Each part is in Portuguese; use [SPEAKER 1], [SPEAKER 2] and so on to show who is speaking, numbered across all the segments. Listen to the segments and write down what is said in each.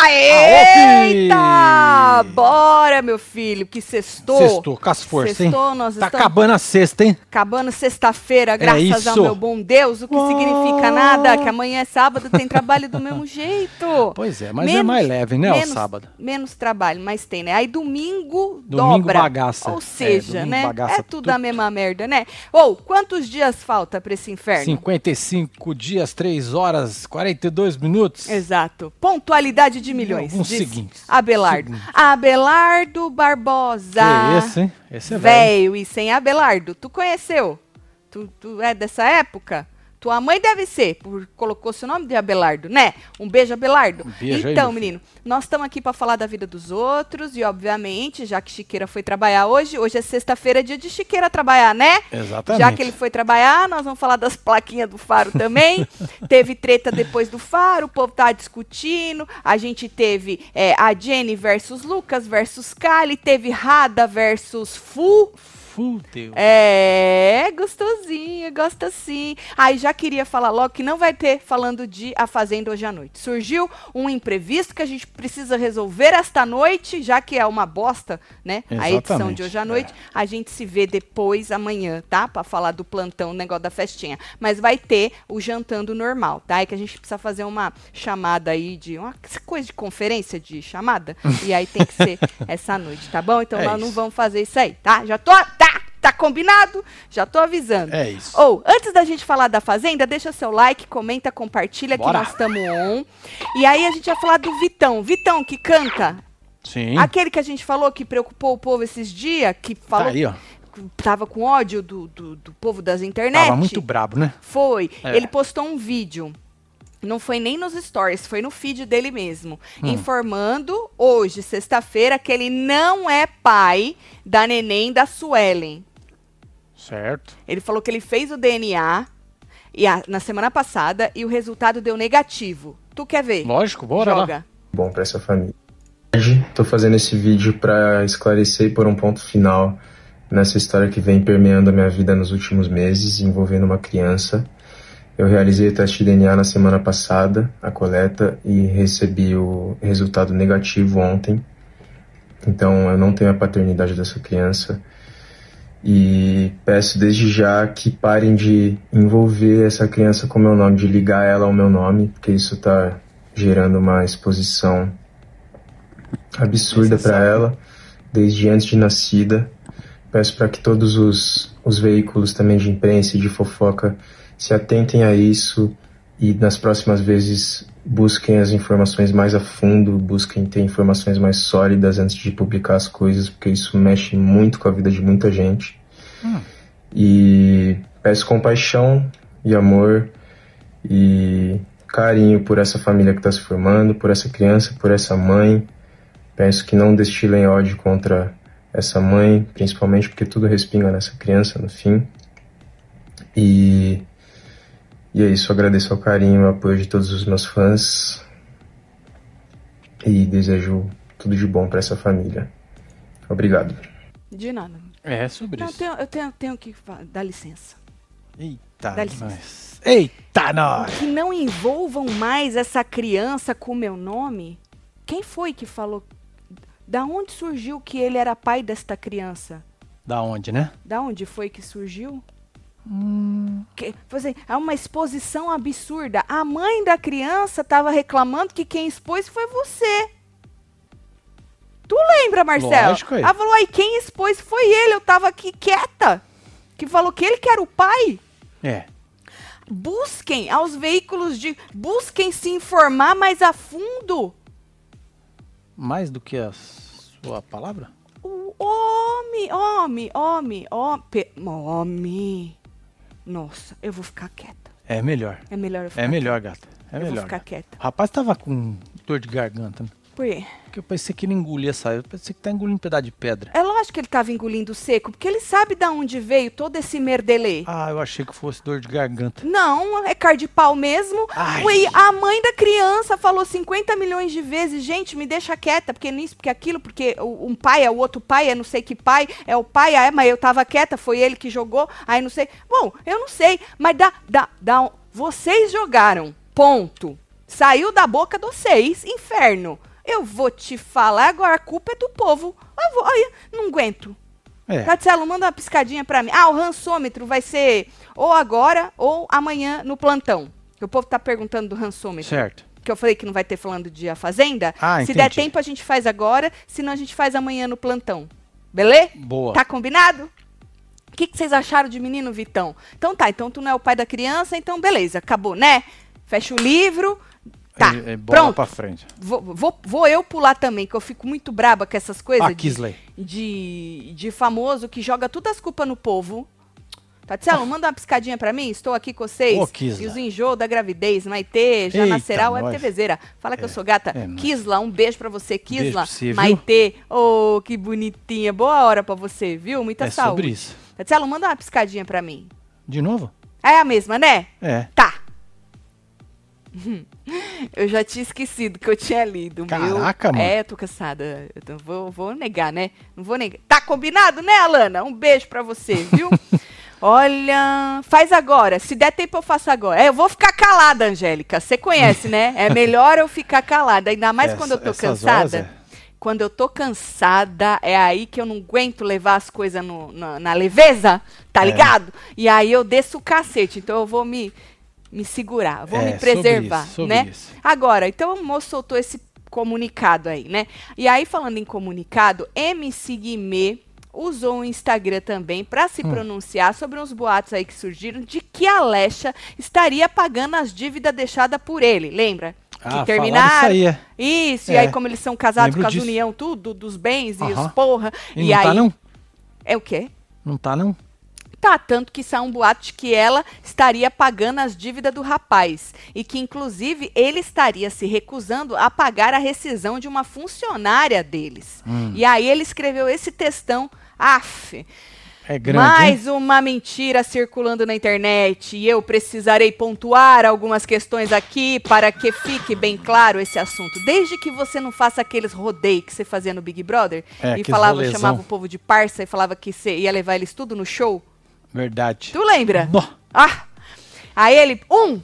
[SPEAKER 1] Aê,
[SPEAKER 2] Aô, fi!
[SPEAKER 1] Eita! Bora, meu filho, que sextou.
[SPEAKER 2] Sextou, com as forças, hein?
[SPEAKER 1] Sextou, nós
[SPEAKER 2] Tá
[SPEAKER 1] estamos
[SPEAKER 2] acabando a sexta, hein?
[SPEAKER 1] acabando sexta-feira, graças
[SPEAKER 2] isso.
[SPEAKER 1] ao meu bom Deus, o que
[SPEAKER 2] Uau.
[SPEAKER 1] significa nada, que amanhã é sábado, tem trabalho do mesmo jeito.
[SPEAKER 2] Pois é, mas é
[SPEAKER 1] Menos-
[SPEAKER 2] mais leve, né,
[SPEAKER 1] menos,
[SPEAKER 2] o sábado.
[SPEAKER 1] Menos trabalho, mas tem, né? Aí domingo,
[SPEAKER 2] Domingo
[SPEAKER 1] dobra.
[SPEAKER 2] bagaça.
[SPEAKER 1] Ou
[SPEAKER 2] É,
[SPEAKER 1] seja,
[SPEAKER 2] domingo
[SPEAKER 1] né?
[SPEAKER 2] bagaça
[SPEAKER 1] é tudo,
[SPEAKER 2] tudo.
[SPEAKER 1] a mesma merda, né? Ou, quantos dias falta pra esse inferno?
[SPEAKER 2] 55 dias, 3 horas, 42 minutos.
[SPEAKER 1] Exato. Pontualidade de milhões.
[SPEAKER 2] Alguns
[SPEAKER 1] diz
[SPEAKER 2] seguintes.
[SPEAKER 1] Abelardo.
[SPEAKER 2] Seguintes.
[SPEAKER 1] Abelardo Barbosa.
[SPEAKER 2] Que esse, hein? Esse é velho.
[SPEAKER 1] Velho e sem Abelardo. Tu conheceu? Tu, tu é dessa época? Tua mãe deve ser, por colocou seu nome de Abelardo, né? Um beijo, Abelardo.
[SPEAKER 2] Um beijo aí,
[SPEAKER 1] então,
[SPEAKER 2] meu filho.
[SPEAKER 1] menino, nós estamos aqui para falar da vida dos outros e, obviamente, já que Chiqueira foi trabalhar hoje, hoje é sexta-feira, é dia de Chiqueira
[SPEAKER 2] É.
[SPEAKER 1] trabalhar, né?
[SPEAKER 2] Exatamente.
[SPEAKER 1] Já que ele foi trabalhar, nós vamos falar das plaquinhas do Faro também. teve treta depois do Faro, o povo tá discutindo. A gente teve é, a Jenny versus Lucas versus Kali, teve Rada versus Fu.
[SPEAKER 2] Fudeu.
[SPEAKER 1] É, gostosinho, gosta sim. Aí já queria falar logo que não vai ter falando de A Fazenda hoje à noite. Surgiu um imprevisto que a gente precisa resolver esta noite, já que é uma bosta, né? A edição de
[SPEAKER 2] Exatamente,
[SPEAKER 1] hoje à noite. A gente se vê depois amanhã, tá? Pra falar do plantão, o negócio da festinha. Mas vai ter o jantando normal, tá? É que a gente precisa fazer uma chamada aí de. Uma coisa de conferência de chamada. e aí tem que ser essa noite, tá bom? Então
[SPEAKER 2] É
[SPEAKER 1] nós não
[SPEAKER 2] isso.
[SPEAKER 1] vamos fazer isso aí, tá? Já tô. Tá! Tá combinado? Já tô avisando.
[SPEAKER 2] É isso.
[SPEAKER 1] Ou, antes da gente falar da Fazenda, deixa seu like, comenta, compartilha
[SPEAKER 2] Bora.
[SPEAKER 1] que nós estamos on. E aí a gente vai falar do Vitão. Vitão que canta.
[SPEAKER 2] Sim.
[SPEAKER 1] Aquele que a gente falou que preocupou o povo esses dias, que falou
[SPEAKER 2] Tá aí, ó.
[SPEAKER 1] que tava com ódio do, do, do povo das internet.
[SPEAKER 2] Tava muito brabo, né?
[SPEAKER 1] Foi.
[SPEAKER 2] É.
[SPEAKER 1] Ele postou um vídeo. Não foi nem nos stories, foi no feed dele mesmo.
[SPEAKER 2] Hum.
[SPEAKER 1] Informando hoje, sexta-feira, que ele não é pai da neném da Suelen.
[SPEAKER 2] Certo.
[SPEAKER 1] Ele falou que ele fez o DNA e a- na semana passada e o resultado deu negativo. Tu quer ver?
[SPEAKER 2] Lógico, bora
[SPEAKER 1] Joga.
[SPEAKER 2] lá.
[SPEAKER 3] bom para essa família. Hoje tô fazendo esse vídeo para esclarecer e pôr um ponto final nessa história que vem permeando a minha vida nos últimos meses, envolvendo uma criança. Eu realizei o teste de DNA na semana passada, a coleta, e recebi o resultado negativo ontem. Então eu não tenho a paternidade dessa criança. E peço desde já que parem de envolver essa criança com o meu nome, de ligar ela ao meu nome, porque isso tá gerando uma exposição absurda para ela desde antes de nascida. Peço para que todos os, os veículos também de imprensa e de fofoca se atentem a isso e nas próximas vezes busquem as informações mais a fundo, busquem ter informações mais sólidas antes de publicar as coisas, porque isso mexe muito com a vida de muita gente.
[SPEAKER 2] Hum.
[SPEAKER 3] E peço compaixão e amor e carinho por essa família que está se formando, por essa criança, por essa mãe. Peço que não destilem ódio contra essa mãe, principalmente porque tudo respinga nessa criança no fim. E, e é isso, agradeço ao carinho e ao apoio de todos os meus fãs e desejo tudo de bom para essa família. Obrigado.
[SPEAKER 1] De nada.
[SPEAKER 2] É sobre
[SPEAKER 1] Não, eu
[SPEAKER 2] isso.
[SPEAKER 1] tenho, eu tenho, tenho que fa- dar licença.
[SPEAKER 2] Eita,
[SPEAKER 1] Dá licença.
[SPEAKER 2] nós. Eita, nós.
[SPEAKER 1] Que não envolvam mais essa criança com o meu nome. Quem foi que falou? Da onde surgiu que ele era pai desta criança?
[SPEAKER 2] Da onde, né?
[SPEAKER 1] Da onde foi que surgiu? Que, tipo assim, é uma exposição absurda. A mãe da criança estava reclamando que quem expôs foi você. Tu lembra, Marcelo?
[SPEAKER 2] Lógico, é.
[SPEAKER 1] Ela falou, aí quem expôs foi ele, eu tava aqui quieta. Que falou que ele que era o pai.
[SPEAKER 2] É.
[SPEAKER 1] Busquem aos veículos de... Busquem se informar mais a fundo.
[SPEAKER 2] Mais do que a sua palavra?
[SPEAKER 1] O homem, homem, homem, homem, pe- homem. Nossa, eu vou ficar quieta.
[SPEAKER 2] É melhor.
[SPEAKER 1] É melhor eu ficar
[SPEAKER 2] É melhor, gata. É
[SPEAKER 1] Eu vou
[SPEAKER 2] melhor.
[SPEAKER 1] ficar
[SPEAKER 2] gata.
[SPEAKER 1] quieta.
[SPEAKER 2] O rapaz tava com dor de garganta, né?
[SPEAKER 1] Por quê?
[SPEAKER 2] Porque eu pensei que ele engolia essa. Eu pensei que tá engolindo um pedaço de pedra.
[SPEAKER 1] É lógico que ele tava engolindo seco, porque ele sabe da onde veio todo esse merdelê.
[SPEAKER 2] Ah, eu achei que fosse dor de garganta.
[SPEAKER 1] Não, é cara de pau mesmo.
[SPEAKER 2] Ai.
[SPEAKER 1] Ué, e a mãe da criança falou 50 milhões de vezes, gente, me deixa quieta, porque nisso, porque aquilo, porque o- um pai é o outro pai, é não sei que pai, é o pai, ah, é, mas eu tava quieta, foi ele que jogou, aí não sei. Bom, eu não sei, mas dá, dá, dá. um- Vocês jogaram, ponto. Saiu da boca de vocês, inferno. Eu vou te falar, agora a culpa é do povo. Eu vou, olha, não aguento.
[SPEAKER 2] É.
[SPEAKER 1] Tatielo, manda uma piscadinha pra mim. Ah, o rançômetro vai ser ou agora ou amanhã no plantão. Que O povo tá perguntando do rançômetro.
[SPEAKER 2] Certo.
[SPEAKER 1] Que eu falei que não vai ter falando de A Fazenda.
[SPEAKER 2] Ah,
[SPEAKER 1] Se
[SPEAKER 2] entendi.
[SPEAKER 1] der tempo, a gente faz agora. senão a gente faz amanhã no plantão. Beleza?
[SPEAKER 2] Boa.
[SPEAKER 1] Tá combinado? O que, que vocês acharam de menino Vitão? Então tá, então tu não é o pai da criança, então beleza, acabou, né? Fecha o livro. Tá,
[SPEAKER 2] É, é bola
[SPEAKER 1] pronto.
[SPEAKER 2] pra frente.
[SPEAKER 1] Vou, vou- vou eu pular também, que eu fico muito braba com essas coisas
[SPEAKER 2] Ah,
[SPEAKER 1] de,
[SPEAKER 2] Kisley.
[SPEAKER 1] de, de famoso que joga todas as culpas no povo. Tatielo, manda uma piscadinha pra mim, estou aqui com vocês.
[SPEAKER 2] Ah. Ô, Kisla.
[SPEAKER 1] e os enjoo da gravidez, Maitê, já
[SPEAKER 2] Eita,
[SPEAKER 1] nascerá o
[SPEAKER 2] nós.
[SPEAKER 1] WebTVzeira. Fala que eu sou gata.
[SPEAKER 2] é nóis.
[SPEAKER 1] Kisla, um beijo pra você,
[SPEAKER 2] Beijo
[SPEAKER 1] Kisla.
[SPEAKER 2] pra você, viu?
[SPEAKER 1] Maitê, ô, que bonitinha. Boa hora pra você, viu? Muita
[SPEAKER 2] é
[SPEAKER 1] saúde.
[SPEAKER 2] sobre isso.
[SPEAKER 1] Tatielo, manda uma piscadinha pra mim.
[SPEAKER 2] De novo?
[SPEAKER 1] É a mesma, né?
[SPEAKER 2] É.
[SPEAKER 1] Tá. Eu já tinha esquecido que eu tinha lido.
[SPEAKER 2] Caraca,
[SPEAKER 1] meu...
[SPEAKER 2] mano.
[SPEAKER 1] É, tô cansada. Eu tô- vou, vou negar, né? Não vou negar. Tá combinado, né, Alana? Um beijo pra você, viu? Olha, faz agora. Se der tempo, eu faço agora. É, eu vou ficar calada, Angélica. Você conhece, né? É melhor eu ficar calada. Ainda mais quando eu tô
[SPEAKER 2] Essa- É, essas
[SPEAKER 1] cansada.
[SPEAKER 2] horas é-
[SPEAKER 1] Quando eu tô cansada, é aí que eu não aguento levar as coisas no- na, na leveza, tá
[SPEAKER 2] É.
[SPEAKER 1] ligado? E aí eu desço o cacete. Então eu vou me, me segurar, vou
[SPEAKER 2] É,
[SPEAKER 1] me
[SPEAKER 2] sobre
[SPEAKER 1] preservar,
[SPEAKER 2] isso, sobre
[SPEAKER 1] né?
[SPEAKER 2] isso.
[SPEAKER 1] Agora, então o moço soltou esse comunicado aí, né? E aí, falando em comunicado, MC Guimê usou o Instagram também para se
[SPEAKER 2] Hum.
[SPEAKER 1] pronunciar sobre uns boatos aí que surgiram de que a Alexa estaria pagando as dívidas deixadas por ele, lembra?
[SPEAKER 2] Ah,
[SPEAKER 1] que terminaram,
[SPEAKER 2] falaram isso aí, é.
[SPEAKER 1] isso, e
[SPEAKER 2] É.
[SPEAKER 1] aí como eles são casados
[SPEAKER 2] Lembro
[SPEAKER 1] com as
[SPEAKER 2] disso.
[SPEAKER 1] união, tudo, dos bens e os
[SPEAKER 2] Aham.
[SPEAKER 1] porra.
[SPEAKER 2] E, não
[SPEAKER 1] aí.
[SPEAKER 2] tá não?
[SPEAKER 1] É o quê?
[SPEAKER 2] Não tá não?
[SPEAKER 1] Tá, tanto que saiu um boato de que ela estaria pagando as dívidas do rapaz. E que, inclusive, ele estaria se recusando a pagar a rescisão de uma funcionária deles.
[SPEAKER 2] Hum.
[SPEAKER 1] E aí ele escreveu esse textão. Aff,
[SPEAKER 2] É grande, hein?
[SPEAKER 1] mais uma mentira circulando na internet e eu precisarei pontuar algumas questões aqui para que fique bem claro esse assunto. Desde que você não faça aqueles rodeios que você fazia no Big Brother
[SPEAKER 2] É,
[SPEAKER 1] e
[SPEAKER 2] aqueles
[SPEAKER 1] falava,
[SPEAKER 2] rolezão.
[SPEAKER 1] chamava o povo de parça e falava que você ia levar eles tudo no show.
[SPEAKER 2] Verdade.
[SPEAKER 1] Tu lembra?
[SPEAKER 2] Nó.
[SPEAKER 1] Ah! Aí ele, um,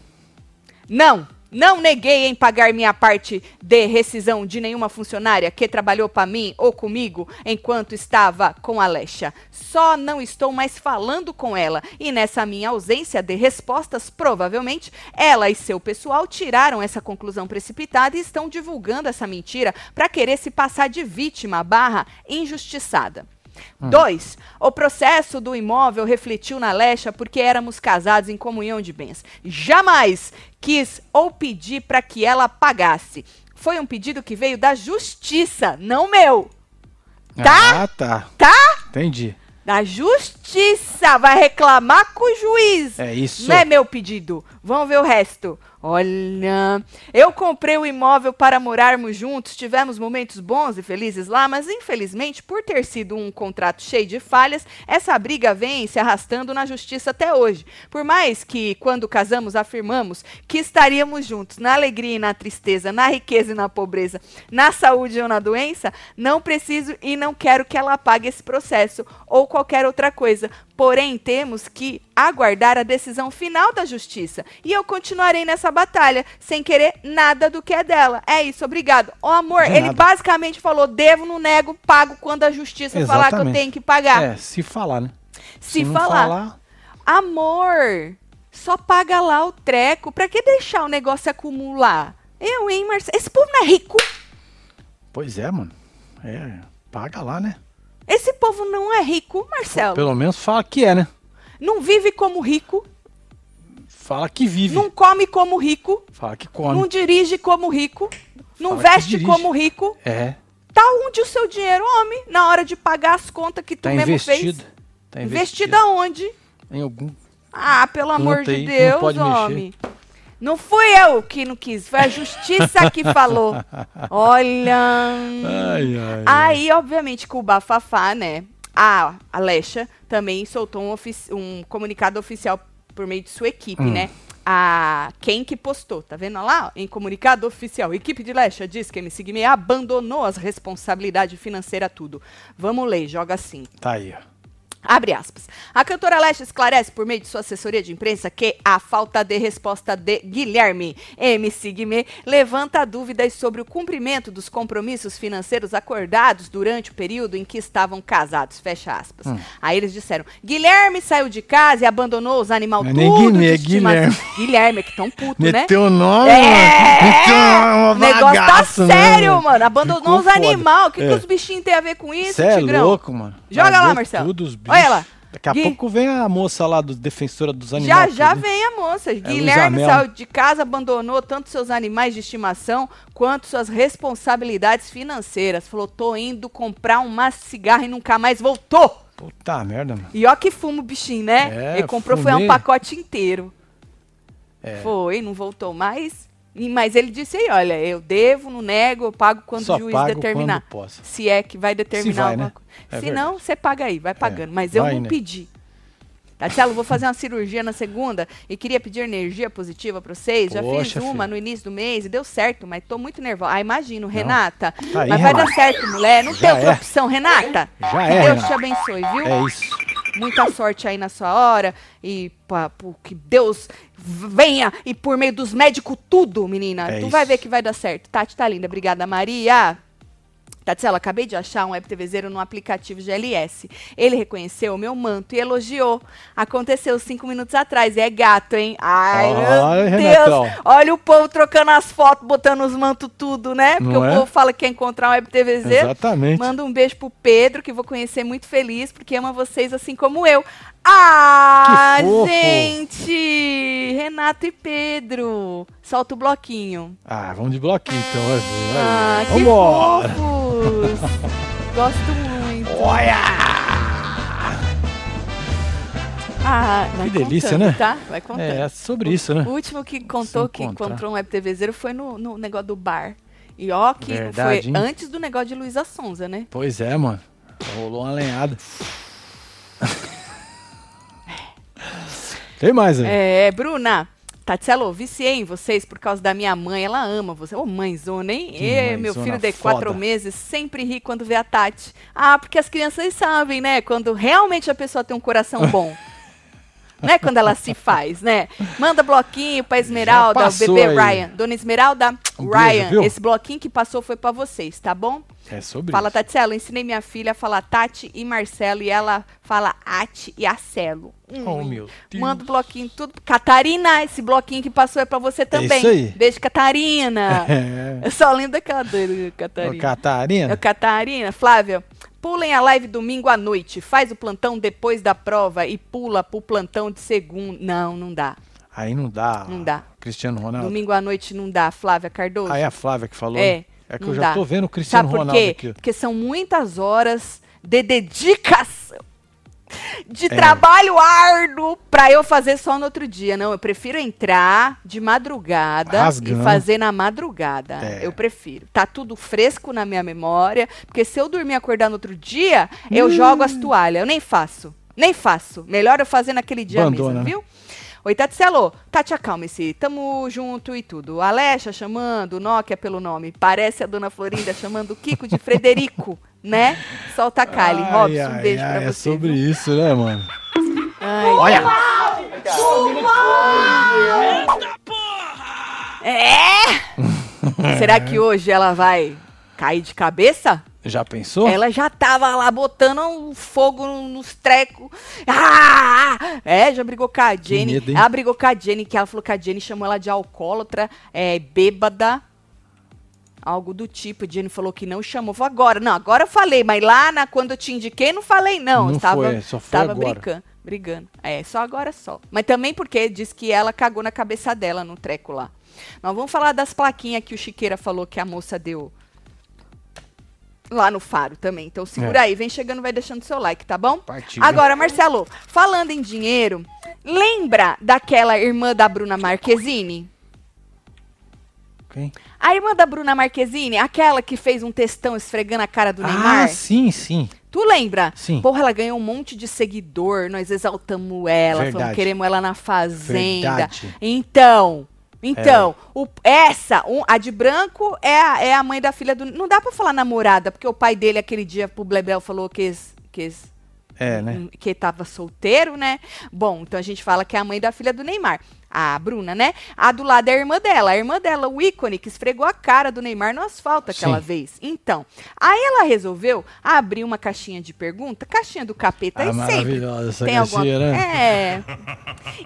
[SPEAKER 1] não, não neguei em pagar minha parte de rescisão de nenhuma funcionária que trabalhou para mim ou comigo enquanto estava com a Alexa. Só não estou mais falando com ela. E nessa minha ausência de respostas, provavelmente, ela e seu pessoal tiraram essa conclusão precipitada e estão divulgando essa mentira para querer se passar de vítima barra injustiçada. 2. O processo do imóvel refletiu na Lecha porque éramos casados em comunhão de bens. Jamais quis ou pedi para que ela pagasse. Foi um pedido que veio da justiça, não meu. Tá?
[SPEAKER 2] Ah, tá.
[SPEAKER 1] Tá?
[SPEAKER 2] Entendi.
[SPEAKER 1] Da justiça. Vai reclamar com o juiz.
[SPEAKER 2] É isso.
[SPEAKER 1] Não é meu pedido. Vamos ver o resto. Olha, eu comprei o imóvel para morarmos juntos, tivemos momentos bons e felizes lá, mas infelizmente, por ter sido um contrato cheio de falhas, essa briga vem se arrastando na justiça até hoje. Por mais que, quando casamos, afirmamos que estaríamos juntos na alegria e na tristeza, na riqueza e na pobreza, na saúde ou na doença, não preciso e não quero que ela pague esse processo ou qualquer outra coisa. Porém, temos que aguardar a decisão final da justiça. E eu continuarei nessa batalha, sem querer nada do que é dela. É isso, obrigado. Ó, amor,
[SPEAKER 2] De
[SPEAKER 1] ele
[SPEAKER 2] nada.
[SPEAKER 1] basicamente falou: devo, não nego, pago quando a justiça falar que eu
[SPEAKER 2] Exatamente.
[SPEAKER 1] tenho que pagar.
[SPEAKER 2] É, se falar, né?
[SPEAKER 1] Se,
[SPEAKER 2] não
[SPEAKER 1] falar, amor, só paga lá o treco. Pra que deixar o negócio acumular? Eu, hein, Marcelo? Esse povo não é rico.
[SPEAKER 2] Pois é, mano. É, paga lá, né?
[SPEAKER 1] Esse povo não é rico, Marcelo.
[SPEAKER 2] Pelo menos fala que é, né?
[SPEAKER 1] Não vive como rico,
[SPEAKER 2] Fala que vive.
[SPEAKER 1] não come como rico,
[SPEAKER 2] Fala que
[SPEAKER 1] não
[SPEAKER 2] come.
[SPEAKER 1] dirige como rico, não
[SPEAKER 2] Fala que
[SPEAKER 1] veste
[SPEAKER 2] dirige.
[SPEAKER 1] como rico.
[SPEAKER 2] É,
[SPEAKER 1] Tá onde o seu dinheiro, homem, na hora de pagar as contas que tu
[SPEAKER 2] tá
[SPEAKER 1] mesmo
[SPEAKER 2] investido.
[SPEAKER 1] fez.
[SPEAKER 2] Tá
[SPEAKER 1] Investido aonde?
[SPEAKER 2] Em algum.
[SPEAKER 1] Ah, pelo amor
[SPEAKER 2] Planta
[SPEAKER 1] de
[SPEAKER 2] aí, não
[SPEAKER 1] Deus,
[SPEAKER 2] pode mexer.
[SPEAKER 1] homem. Não fui eu que não quis, foi a justiça que falou. Olha.
[SPEAKER 2] Ai, ai.
[SPEAKER 1] Aí, obviamente, com o bafafá, né? A Alexa também soltou um, ofici- um comunicado oficial por meio de sua equipe,
[SPEAKER 2] Hum.
[SPEAKER 1] né? A quem que postou, tá vendo lá? Em comunicado oficial, equipe de Lecha diz que MC Guimê abandonou as responsabilidades financeiras tudo. Vamos ler, joga assim.
[SPEAKER 2] Tá aí, ó.
[SPEAKER 1] Abre aspas. A cantora Leste esclarece por meio de sua assessoria de imprensa que a falta de resposta de Guilherme MC Guimê levanta dúvidas sobre o cumprimento dos compromissos financeiros acordados durante o período em que estavam casados. Fecha aspas.
[SPEAKER 2] Hum.
[SPEAKER 1] Aí eles disseram: Guilherme saiu de casa e abandonou os animal
[SPEAKER 2] Não é
[SPEAKER 1] tudo
[SPEAKER 2] nem Guimê,
[SPEAKER 1] de
[SPEAKER 2] é
[SPEAKER 1] estimação."
[SPEAKER 2] Guilherme.
[SPEAKER 1] Guilherme, é que tão puto, né?
[SPEAKER 2] Meteu o nome,
[SPEAKER 1] É!
[SPEAKER 2] mano. Meteu uma
[SPEAKER 1] O negócio tá
[SPEAKER 2] bagaça, né,
[SPEAKER 1] sério, mano. Abandonou
[SPEAKER 2] Ficou
[SPEAKER 1] os
[SPEAKER 2] foda.
[SPEAKER 1] animal. O que, que
[SPEAKER 2] É.
[SPEAKER 1] os bichinhos têm a ver com isso,
[SPEAKER 2] Cê é
[SPEAKER 1] Tigrão?
[SPEAKER 2] louco, mano.
[SPEAKER 1] Joga
[SPEAKER 2] Largou
[SPEAKER 1] lá, Marcelo.
[SPEAKER 2] Tudo, os bichos.
[SPEAKER 1] Olha lá.
[SPEAKER 2] Daqui a
[SPEAKER 1] Gui.
[SPEAKER 2] pouco vem a moça lá do Defensora dos
[SPEAKER 1] Já,
[SPEAKER 2] Animais.
[SPEAKER 1] já
[SPEAKER 2] tudo.
[SPEAKER 1] vem a moça.
[SPEAKER 2] É, Luiz
[SPEAKER 1] Guilherme
[SPEAKER 2] Amel.
[SPEAKER 1] saiu de casa, abandonou tanto seus animais de estimação quanto suas responsabilidades financeiras. Falou, tô indo comprar uma cigarra e nunca mais voltou.
[SPEAKER 2] Puta merda, mano.
[SPEAKER 1] E ó que fumo o bichinho, né?
[SPEAKER 2] É,
[SPEAKER 1] Ele comprou, foi um
[SPEAKER 2] fumê.
[SPEAKER 1] pacote inteiro.
[SPEAKER 2] É.
[SPEAKER 1] Foi, não voltou mais. E- Mas ele disse aí, olha, eu devo, não nego, eu pago quando
[SPEAKER 2] Só
[SPEAKER 1] o juiz
[SPEAKER 2] pago
[SPEAKER 1] determinar.
[SPEAKER 2] quando posso.
[SPEAKER 1] Se é que vai determinar
[SPEAKER 2] Se vai,
[SPEAKER 1] alguma
[SPEAKER 2] né?
[SPEAKER 1] coisa.
[SPEAKER 2] É
[SPEAKER 1] Se
[SPEAKER 2] verdade. É.
[SPEAKER 1] não, você paga aí, vai pagando. Mas eu
[SPEAKER 2] vai,
[SPEAKER 1] não
[SPEAKER 2] né?
[SPEAKER 1] pedi. Tatielo, vou fazer uma cirurgia na segunda e queria pedir energia positiva pra vocês. Já fiz
[SPEAKER 2] Poxa,
[SPEAKER 1] uma
[SPEAKER 2] filho.
[SPEAKER 1] no início do mês e deu certo, mas tô muito nervosa. Ah, imagino, Renata.
[SPEAKER 2] Tá aí,
[SPEAKER 1] mas vai
[SPEAKER 2] Renata.
[SPEAKER 1] dar certo, mulher. Não tem
[SPEAKER 2] Já
[SPEAKER 1] outra
[SPEAKER 2] é.
[SPEAKER 1] opção, Renata.
[SPEAKER 2] Já
[SPEAKER 1] que
[SPEAKER 2] é,
[SPEAKER 1] Deus te
[SPEAKER 2] Renata.
[SPEAKER 1] abençoe, viu?
[SPEAKER 2] É isso.
[SPEAKER 1] muita sorte aí na sua hora e pá, pô, que Deus venha e por meio dos médicos tudo, menina.
[SPEAKER 2] É
[SPEAKER 1] tu
[SPEAKER 2] isso.
[SPEAKER 1] vai ver que vai dar certo. Tati tá linda, obrigada Maria. Tatiela, acabei de achar um web TVzeiro num aplicativo GLS. Ele reconheceu o meu manto e elogiou. Aconteceu cinco minutos atrás. E é gato, hein? Ai,
[SPEAKER 2] Olha,
[SPEAKER 1] meu
[SPEAKER 2] Renatão.
[SPEAKER 1] Deus. Olha o povo trocando as fotos, botando os mantos tudo, né? Porque
[SPEAKER 2] Não
[SPEAKER 1] o
[SPEAKER 2] é?
[SPEAKER 1] povo fala que quer encontrar um web TVzeiro.
[SPEAKER 2] Exatamente.
[SPEAKER 1] Manda um beijo pro Pedro, que vou conhecer muito feliz, porque ama vocês assim como eu. Ah,
[SPEAKER 2] Que fofo!
[SPEAKER 1] gente! Renato e Pedro. Solta o bloquinho.
[SPEAKER 2] Ah, vamos de bloquinho então. vai, vai.
[SPEAKER 1] Ah, que
[SPEAKER 2] Vambora.
[SPEAKER 1] fofos! Gosto muito. Ah, vai
[SPEAKER 2] Que delícia,
[SPEAKER 1] contando,
[SPEAKER 2] né?
[SPEAKER 1] Tá? Vai contando.
[SPEAKER 2] É, é sobre isso,
[SPEAKER 1] O
[SPEAKER 2] né?
[SPEAKER 1] último que contou que
[SPEAKER 2] encontrar.
[SPEAKER 1] encontrou um WebTVzeiro foi no, no negócio do bar. E ó, que
[SPEAKER 2] Verdade,
[SPEAKER 1] foi
[SPEAKER 2] hein?
[SPEAKER 1] antes do negócio de Luísa Sonza, né?
[SPEAKER 2] Pois é, mano. Rolou uma lenhada. Tem mais aí.
[SPEAKER 1] É, Bruna. Tatielo, viciei em vocês por causa da minha mãe. Ela ama você. Ô, mãezona, hein?
[SPEAKER 2] Que
[SPEAKER 1] Ê, meu
[SPEAKER 2] mãezona
[SPEAKER 1] filho de
[SPEAKER 2] foda.
[SPEAKER 1] quatro meses sempre ri quando vê a Tati. Ah, porque as crianças sabem, né? Quando realmente a pessoa tem um coração bom. Não é quando ela se faz, né? Manda bloquinho pra Esmeralda, o
[SPEAKER 2] passou
[SPEAKER 1] bebê
[SPEAKER 2] aí.
[SPEAKER 1] Ryan. Dona Esmeralda,
[SPEAKER 2] Um beijo,
[SPEAKER 1] Ryan,
[SPEAKER 2] viu?
[SPEAKER 1] esse bloquinho que passou foi pra vocês, tá bom?
[SPEAKER 2] É sobre
[SPEAKER 1] Fala,
[SPEAKER 2] isso.
[SPEAKER 1] Tatielo, ensinei minha filha a falar Tati e Marcelo e ela fala Ati e Acelo. Um
[SPEAKER 2] Oh, meu Deus.
[SPEAKER 1] Manda o bloquinho tudo. Catarina, esse bloquinho que passou é pra você também.
[SPEAKER 2] isso aí.
[SPEAKER 1] Beijo, Catarina.
[SPEAKER 2] É.
[SPEAKER 1] Eu só lembro daquela dele,
[SPEAKER 2] Ô,
[SPEAKER 1] Catarina.
[SPEAKER 2] Catarina.
[SPEAKER 1] um Ô, Catarina, Flávia, pulem a live domingo à noite. Faz o plantão depois da prova e pula pro plantão de segundo. Não, não dá.
[SPEAKER 2] Aí não dá.
[SPEAKER 1] Não dá.
[SPEAKER 2] Cristiano Ronaldo.
[SPEAKER 1] Domingo à noite não dá, Flávia Cardoso.
[SPEAKER 2] Aí a Flávia que falou.
[SPEAKER 1] É,
[SPEAKER 2] né? É que
[SPEAKER 1] não
[SPEAKER 2] eu já
[SPEAKER 1] dá.
[SPEAKER 2] tô vendo o Cristiano
[SPEAKER 1] Sabe por
[SPEAKER 2] Ronaldo
[SPEAKER 1] quê?
[SPEAKER 2] aqui.
[SPEAKER 1] Porque são muitas horas de dedicação,
[SPEAKER 2] É.
[SPEAKER 1] de trabalho árduo pra eu fazer só no outro dia. Não, eu prefiro entrar de madrugada
[SPEAKER 2] Rasgando.
[SPEAKER 1] e fazer na madrugada.
[SPEAKER 2] É.
[SPEAKER 1] Eu prefiro. Tá tudo fresco na minha memória, porque se eu dormir e acordar no outro dia,
[SPEAKER 2] Hum.
[SPEAKER 1] eu jogo as toalhas. Eu nem faço. Nem faço. Melhor eu fazer naquele dia
[SPEAKER 2] Abandona,
[SPEAKER 1] mesmo,
[SPEAKER 2] né?
[SPEAKER 1] viu? Oi, Tatselo. Tati, acalme-se. Tamo junto e tudo. Alexa chamando, Nokia pelo nome. Parece a dona Florinda chamando o Kiko de Frederico, né? Solta a Kali.
[SPEAKER 2] Ai,
[SPEAKER 1] Robson, um
[SPEAKER 2] ai,
[SPEAKER 1] beijo
[SPEAKER 2] ai,
[SPEAKER 1] pra
[SPEAKER 2] É
[SPEAKER 1] você.
[SPEAKER 2] sobre isso, né, mano? Olha!
[SPEAKER 1] É! Será que hoje ela vai cair de cabeça?
[SPEAKER 2] Já pensou?
[SPEAKER 1] Ela já tava lá botando um fogo no- nos trecos. Ah! É, já brigou com a Jenny.
[SPEAKER 2] medo, hein?
[SPEAKER 1] ela brigou com a Jenny, que ela falou que a Jenny chamou ela de alcoólatra, é, bêbada. Algo do tipo. A Jenny falou que não chamou. Falou, agora, não, agora eu falei, mas lá na, quando eu te indiquei, não falei, não.
[SPEAKER 2] Não
[SPEAKER 1] Eu tava,
[SPEAKER 2] foi, só foi
[SPEAKER 1] tava
[SPEAKER 2] agora.
[SPEAKER 1] brincando. Brigando. É, só agora só. Mas também porque diz que ela cagou na cabeça dela no treco lá. Nós vamos falar das plaquinhas que o Chiqueira falou que a moça deu lá no Faro também. Então segura
[SPEAKER 2] É.
[SPEAKER 1] aí, vem chegando, vai deixando seu like, tá bom?
[SPEAKER 2] Partiu.
[SPEAKER 1] Agora, Marcelo, falando em dinheiro, lembra daquela irmã da Bruna Marquezine?
[SPEAKER 2] Quem?
[SPEAKER 1] A irmã da Bruna Marquezine, aquela que fez um textão esfregando a cara do
[SPEAKER 2] Ah,
[SPEAKER 1] Neymar?
[SPEAKER 2] sim, sim.
[SPEAKER 1] Tu lembra?
[SPEAKER 2] Sim.
[SPEAKER 1] Porra, ela ganhou um monte de seguidor, nós exaltamos ela,
[SPEAKER 2] Verdade.
[SPEAKER 1] falamos, queremos ela na fazenda.
[SPEAKER 2] Verdade. É.
[SPEAKER 1] Então, então, o- essa, um- a de branco é a, é a mãe da filha do. Não dá pra falar namorada, porque o pai dele aquele dia pro Blebel falou que es- que es-
[SPEAKER 2] É, né?
[SPEAKER 1] Hum, que estava solteiro, né? Bom, então a gente fala que é a mãe da filha do Neymar. A Bruna, né? A do lado é a irmã dela. A irmã dela, o ícone, que esfregou a cara do Neymar no asfalto aquela
[SPEAKER 2] Sim.
[SPEAKER 1] vez. Então, aí ela resolveu abrir uma caixinha de pergunta, caixinha do capeta,
[SPEAKER 2] Ah,
[SPEAKER 1] e sempre
[SPEAKER 2] maravilhosa essa
[SPEAKER 1] tem alguma...
[SPEAKER 2] caixinha, né?
[SPEAKER 1] É.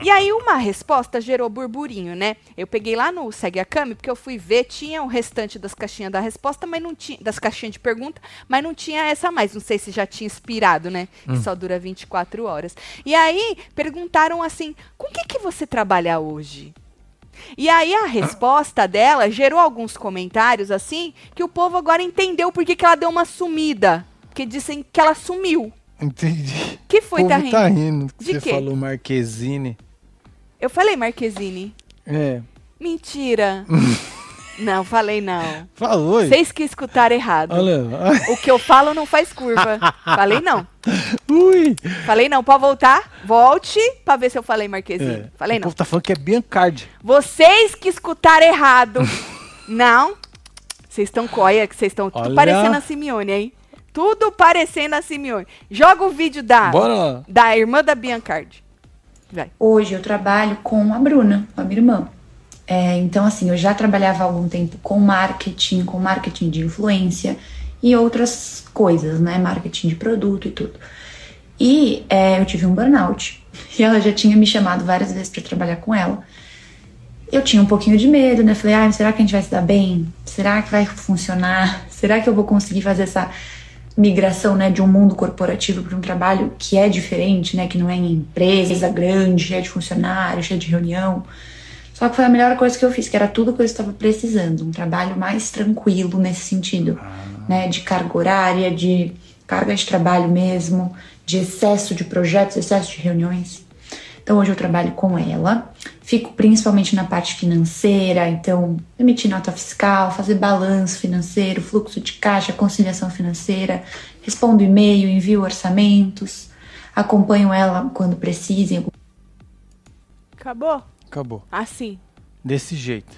[SPEAKER 1] E aí uma resposta gerou burburinho, né? Eu peguei lá no Segue a Cami, porque eu fui ver, tinha o restante das caixinhas da resposta, mas não tinha, das caixinhas de pergunta, mas não tinha essa mais. Não sei se já tinha expirado, né?
[SPEAKER 2] Hum.
[SPEAKER 1] Que só dura 24 horas. E aí perguntaram assim: com o que, que você trabalha hoje? E aí a resposta dela gerou alguns comentários assim que o povo agora entendeu por que que ela deu uma sumida. Porque dizem que ela sumiu.
[SPEAKER 2] Entendi.
[SPEAKER 1] Que
[SPEAKER 2] O
[SPEAKER 1] foi,
[SPEAKER 2] povo
[SPEAKER 1] tá rindo?
[SPEAKER 2] tá rindo. que
[SPEAKER 1] De
[SPEAKER 2] você
[SPEAKER 1] quê?
[SPEAKER 2] falou Marquezine.
[SPEAKER 1] Eu falei Marquezine.
[SPEAKER 2] É.
[SPEAKER 1] Mentira. não, falei não.
[SPEAKER 2] Falou. hein?
[SPEAKER 1] Vocês que escutaram errado.
[SPEAKER 2] Olha. lá.
[SPEAKER 1] O que eu falo não faz curva. falei não.
[SPEAKER 2] Ui.
[SPEAKER 1] Falei não. Pode voltar? Volte pra ver se eu falei Marquezine.
[SPEAKER 2] É.
[SPEAKER 1] Falei
[SPEAKER 2] o
[SPEAKER 1] não.
[SPEAKER 2] povo tá falando que é Biancardi.
[SPEAKER 1] Vocês que escutaram errado. não. Vocês estão coia, que vocês estão
[SPEAKER 2] Olha.
[SPEAKER 1] tudo parecendo a Simeone, hein? Tudo parecendo a Simeone. Joga o vídeo da,
[SPEAKER 2] Bora lá.
[SPEAKER 1] da irmã da Biancardi. Vai.
[SPEAKER 4] Hoje eu trabalho com a Bruna, com a minha irmã. É, então, assim, eu já trabalhava há algum tempo com marketing, com marketing de influência e outras coisas, né? Marketing de produto e tudo. E é, eu tive um burnout. E ela já tinha me chamado várias vezes para trabalhar com ela. Eu tinha um pouquinho de medo, né? Falei, ah, será que a gente vai se dar bem? Será que vai funcionar? Será que eu vou conseguir fazer essa migração, né, de um mundo corporativo para um trabalho que é diferente, né, que não é em empresa grande, cheia de funcionários, cheia de reunião? Só que foi a melhor coisa que eu fiz, que era tudo que eu estava precisando, um trabalho mais tranquilo nesse sentido, né, de carga horária, de carga de trabalho mesmo, de excesso de projetos, excesso de reuniões. Então hoje eu trabalho com ela, fico principalmente na parte financeira, então emitir nota fiscal, fazer balanço financeiro, fluxo de caixa, conciliação financeira, respondo e-mail, envio orçamentos, acompanho ela quando precisa em
[SPEAKER 1] Acabou?
[SPEAKER 2] Acabou.
[SPEAKER 1] Assim.
[SPEAKER 2] Desse jeito.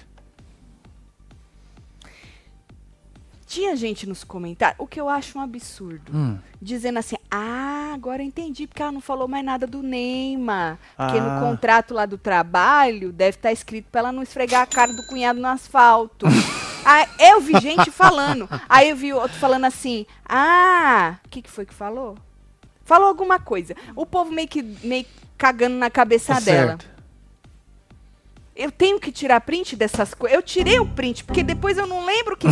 [SPEAKER 1] Tinha gente nos comentários, o que eu acho um absurdo.
[SPEAKER 2] Hum.
[SPEAKER 1] Dizendo assim, ah, agora eu entendi, porque ela não falou mais nada do Neymar. Porque
[SPEAKER 2] Ah.
[SPEAKER 1] no contrato lá do trabalho, deve estar escrito pra ela não esfregar a cara do cunhado no asfalto. Aí eu vi gente falando. Aí eu vi outro falando assim, ah, o que, que foi que falou? Falou alguma coisa. O povo meio que meio cagando na cabeça
[SPEAKER 2] Tá
[SPEAKER 1] dela.
[SPEAKER 2] certo.
[SPEAKER 1] Eu tenho que tirar print dessas coisas. Eu tirei o print, porque depois eu não lembro o que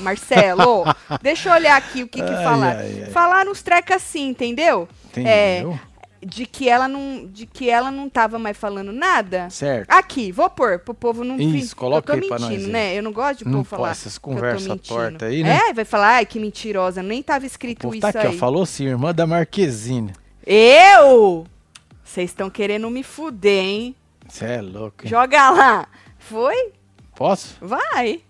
[SPEAKER 1] Marcelo. Deixa eu olhar aqui o que, que
[SPEAKER 2] Ai,
[SPEAKER 1] falaram.
[SPEAKER 2] ai, ai.
[SPEAKER 1] Falaram uns trecos assim, entendeu?
[SPEAKER 2] Entendeu?
[SPEAKER 1] De que ela não, de que ela não tava mais falando nada.
[SPEAKER 2] Certo.
[SPEAKER 1] Aqui, vou pôr, pro povo não
[SPEAKER 2] Isso,
[SPEAKER 1] fingir.
[SPEAKER 2] coloca
[SPEAKER 1] Eu tô
[SPEAKER 2] aí pra nós
[SPEAKER 1] mentindo,
[SPEAKER 2] aí.
[SPEAKER 1] né? Eu não gosto de
[SPEAKER 2] Não
[SPEAKER 1] povo falar.
[SPEAKER 2] pode, essas
[SPEAKER 1] que eu tô
[SPEAKER 2] conversas
[SPEAKER 1] mentindo.
[SPEAKER 2] tortas aí, né?
[SPEAKER 1] É, vai falar, ai, que mentirosa. Nem tava
[SPEAKER 2] O
[SPEAKER 1] escrito
[SPEAKER 2] povo
[SPEAKER 1] isso
[SPEAKER 2] tá aqui,
[SPEAKER 1] aí.
[SPEAKER 2] ó. Falou sim, irmã da Marquezine.
[SPEAKER 1] Eu? Vocês estão querendo me fuder, hein?
[SPEAKER 2] Você é louco, hein?
[SPEAKER 1] Joga lá. Foi?
[SPEAKER 2] Posso?
[SPEAKER 1] Vai!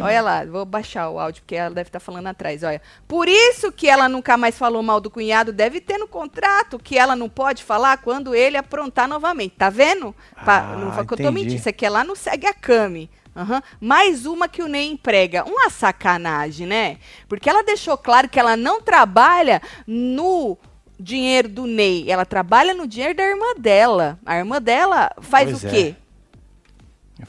[SPEAKER 1] Olha lá, vou baixar o áudio, porque ela deve estar falando atrás, olha. Por isso que ela nunca mais falou mal do cunhado, deve ter no contrato que ela não pode falar quando ele aprontar novamente, tá vendo? Pa-
[SPEAKER 2] Ah,
[SPEAKER 1] não foi que eu tô
[SPEAKER 2] entendi.
[SPEAKER 1] mentindo, isso aqui é lá no Segue a Cami. Aham. Mais uma que o Ney emprega. Uma sacanagem, né? Porque ela deixou claro que ela não trabalha no dinheiro do Ney. Ela trabalha no dinheiro da irmã dela. A irmã dela faz
[SPEAKER 2] Pois
[SPEAKER 1] o
[SPEAKER 2] é.
[SPEAKER 1] quê?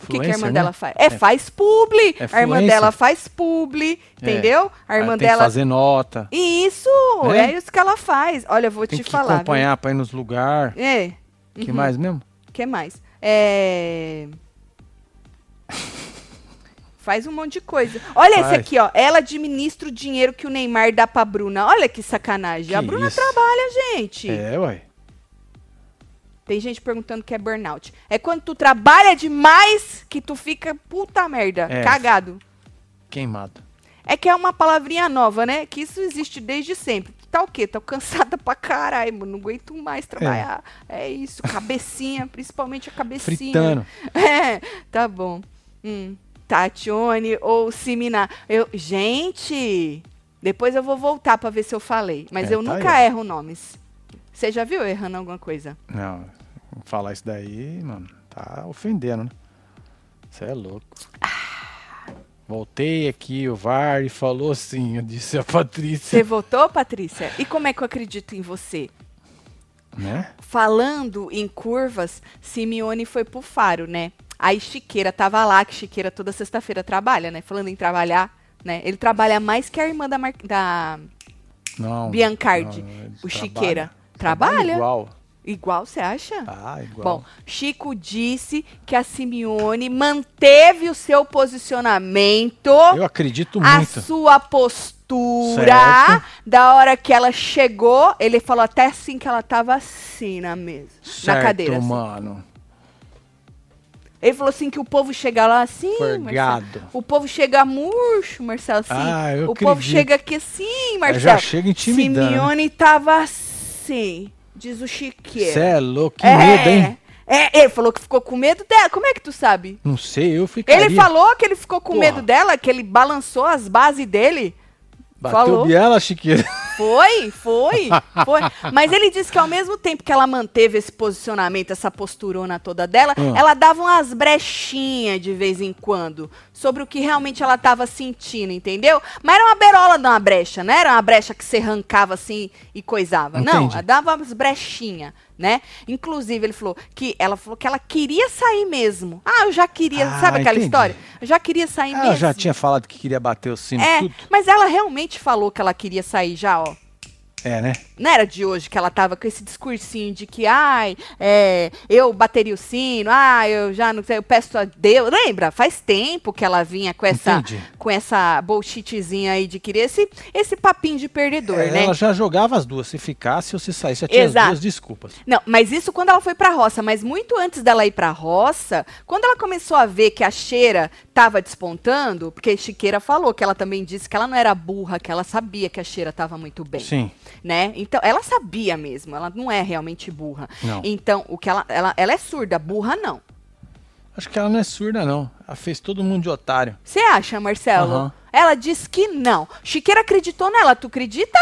[SPEAKER 1] O que, que a irmã dela faz? É,
[SPEAKER 2] É.
[SPEAKER 1] faz publi.
[SPEAKER 2] É
[SPEAKER 1] a irmã
[SPEAKER 2] influencer.
[SPEAKER 1] dela faz publi, entendeu? A irmã
[SPEAKER 2] Ela Tem que
[SPEAKER 1] dela.
[SPEAKER 2] fazer nota.
[SPEAKER 1] Isso!
[SPEAKER 2] Né?
[SPEAKER 1] É isso que ela faz. Olha, eu vou
[SPEAKER 2] Tem
[SPEAKER 1] te
[SPEAKER 2] que
[SPEAKER 1] falar.
[SPEAKER 2] acompanhar pra ir nos lugares.
[SPEAKER 1] Viu? É.
[SPEAKER 2] Que mais mesmo?
[SPEAKER 1] que mais? É. Faz um monte de coisa. Olha esse
[SPEAKER 2] Faz.
[SPEAKER 1] aqui, ó. Ela administra o dinheiro que o Neymar dá pra Bruna. Olha que sacanagem. a
[SPEAKER 2] Que
[SPEAKER 1] Bruna
[SPEAKER 2] isso?
[SPEAKER 1] trabalha, gente.
[SPEAKER 2] É, ué.
[SPEAKER 1] Tem gente perguntando que é burnout. É quando tu trabalha demais que tu fica puta merda,
[SPEAKER 2] É.
[SPEAKER 1] cagado.
[SPEAKER 2] Queimado.
[SPEAKER 1] É que é uma palavrinha nova, né? Que isso existe desde sempre. Tá o quê? Tá cansada pra caralho, mano. Não aguento mais trabalhar. É, isso, cabecinha, principalmente a cabecinha.
[SPEAKER 2] Fritando.
[SPEAKER 1] É, tá bom. Hum, Tatione ou Siminar. Eu, gente, depois eu vou voltar pra ver se eu falei. Mas
[SPEAKER 2] É,
[SPEAKER 1] eu
[SPEAKER 2] tá
[SPEAKER 1] nunca
[SPEAKER 2] aí.
[SPEAKER 1] erro nomes. Você já viu eu errando alguma coisa?
[SPEAKER 2] Não, falar isso
[SPEAKER 1] Ah.
[SPEAKER 2] daí, mano, tá ofendendo, né? Você é louco. Voltei aqui, o VAR, e falou sim, eu disse a Patrícia.
[SPEAKER 1] Você votou, Patrícia? E como é que eu acredito em você?
[SPEAKER 2] Né?
[SPEAKER 1] Falando em curvas, Simeone foi pro faro, né? Aí Chiqueira tava lá, que Chiqueira toda sexta-feira trabalha, né? Falando em trabalhar, né? Ele trabalha mais que a irmã da, Mar... da
[SPEAKER 2] Não.
[SPEAKER 1] Biancardi,
[SPEAKER 2] não, ele
[SPEAKER 1] o
[SPEAKER 2] trabalha.
[SPEAKER 1] Chiqueira. Trabalha?
[SPEAKER 2] Igual.
[SPEAKER 1] Igual, você acha?
[SPEAKER 2] Ah, igual.
[SPEAKER 1] Bom, Chico disse que a Simeone manteve o seu posicionamento,
[SPEAKER 2] eu acredito
[SPEAKER 1] a
[SPEAKER 2] muito.
[SPEAKER 1] sua postura.
[SPEAKER 2] Certo.
[SPEAKER 1] Da hora que ela chegou, ele falou até assim que ela tava assim na mesa,
[SPEAKER 2] Certo,
[SPEAKER 1] na cadeira. assim.
[SPEAKER 2] mano.
[SPEAKER 1] Ele falou assim que o povo chega lá assim, Marcelo.
[SPEAKER 2] Forgado.
[SPEAKER 1] O povo chega murcho, Marcelo, assim.
[SPEAKER 2] Ah, eu
[SPEAKER 1] o povo
[SPEAKER 2] acredito.
[SPEAKER 1] chega aqui assim, Marcelo.
[SPEAKER 2] Já chega intimidando.
[SPEAKER 1] Simeone tava assim, diz o Chiqueiro.
[SPEAKER 2] Você é louco, que medo, hein?
[SPEAKER 1] É, ele falou que ficou com medo dela. Como é que tu sabe?
[SPEAKER 2] Não sei, eu ficaria.
[SPEAKER 1] Ele falou que ele ficou com
[SPEAKER 2] Porra.
[SPEAKER 1] medo dela, que ele balançou as bases dele.
[SPEAKER 2] Bateu
[SPEAKER 1] falou.
[SPEAKER 2] biela, Chiqueira.
[SPEAKER 1] Foi, foi, foi. Mas ele disse que ao mesmo tempo que ela manteve esse posicionamento, essa posturona toda dela,
[SPEAKER 2] Hum.
[SPEAKER 1] ela dava umas brechinhas de vez em quando sobre o que realmente ela tava sentindo, entendeu? Mas era uma berola de uma brecha, não era uma brecha que você arrancava assim e coisava. Não,
[SPEAKER 2] Entendi.
[SPEAKER 1] ela dava umas brechinhas, né? Inclusive, ele falou que ela falou que ela queria sair mesmo. Ah, eu já queria,
[SPEAKER 2] Ah,
[SPEAKER 1] sabe aquela
[SPEAKER 2] entendi.
[SPEAKER 1] história? Eu já queria sair
[SPEAKER 2] Ela
[SPEAKER 1] mesmo.
[SPEAKER 2] Ah, já tinha falado que queria bater o sino
[SPEAKER 1] É,
[SPEAKER 2] tudo.
[SPEAKER 1] mas ela realmente falou que ela queria sair já, ó.
[SPEAKER 2] É, né?
[SPEAKER 1] Não era de hoje que ela tava com esse discursinho de que, ai, é, eu bateria o sino, ah, eu já não sei, eu peço a Deus. Lembra? Faz tempo que ela vinha com essa,
[SPEAKER 2] Entendi.
[SPEAKER 1] com essa bullshitzinha aí de querer esse, esse papinho de perdedor,
[SPEAKER 2] É,
[SPEAKER 1] né?
[SPEAKER 2] Ela já jogava as duas, se ficasse ou se saísse. Já tinha
[SPEAKER 1] Exato.
[SPEAKER 2] as duas desculpas.
[SPEAKER 1] Não, mas isso quando ela foi pra roça, mas muito antes dela ir pra roça, quando ela começou a ver que a cheira tava despontando, porque Chiqueira falou que ela também disse que ela não era burra, que ela sabia que a cheira tava muito bem
[SPEAKER 2] Sim.
[SPEAKER 1] né? Então, ela sabia mesmo, ela não é realmente burra.
[SPEAKER 2] Não.
[SPEAKER 1] Então, o que ela, ela, ela é surda, burra não.
[SPEAKER 2] Acho que ela não é surda, não. Ela fez todo mundo de otário.
[SPEAKER 1] Você acha, Marcelo?
[SPEAKER 2] Aham.
[SPEAKER 1] Ela diz que não. Chiqueira acreditou nela, tu acredita?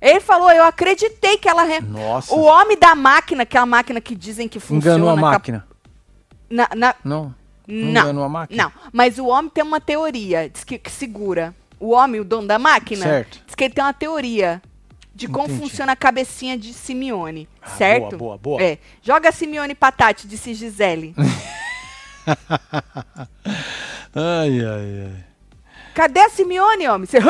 [SPEAKER 1] Ele falou, eu acreditei que ela... re-
[SPEAKER 2] Nossa.
[SPEAKER 1] O homem da máquina, que é a máquina que dizem que funciona...
[SPEAKER 2] Enganou a
[SPEAKER 1] cap-
[SPEAKER 2] máquina.
[SPEAKER 1] Na, na-
[SPEAKER 2] Não.
[SPEAKER 1] Não.
[SPEAKER 2] enganou a máquina.
[SPEAKER 1] Não, mas o homem tem uma teoria, diz que, que segura. O homem, o dono da máquina,
[SPEAKER 2] Certo.
[SPEAKER 1] diz que ele tem uma teoria de como
[SPEAKER 2] Entendi.
[SPEAKER 1] funciona a cabecinha de Simeone,
[SPEAKER 2] Ah,
[SPEAKER 1] certo?
[SPEAKER 2] Boa, boa, boa.
[SPEAKER 1] É. Joga Simeone Patate, disse Gisele.
[SPEAKER 2] Ai, ai, ai.
[SPEAKER 1] Cadê a Simeone, homem? Você...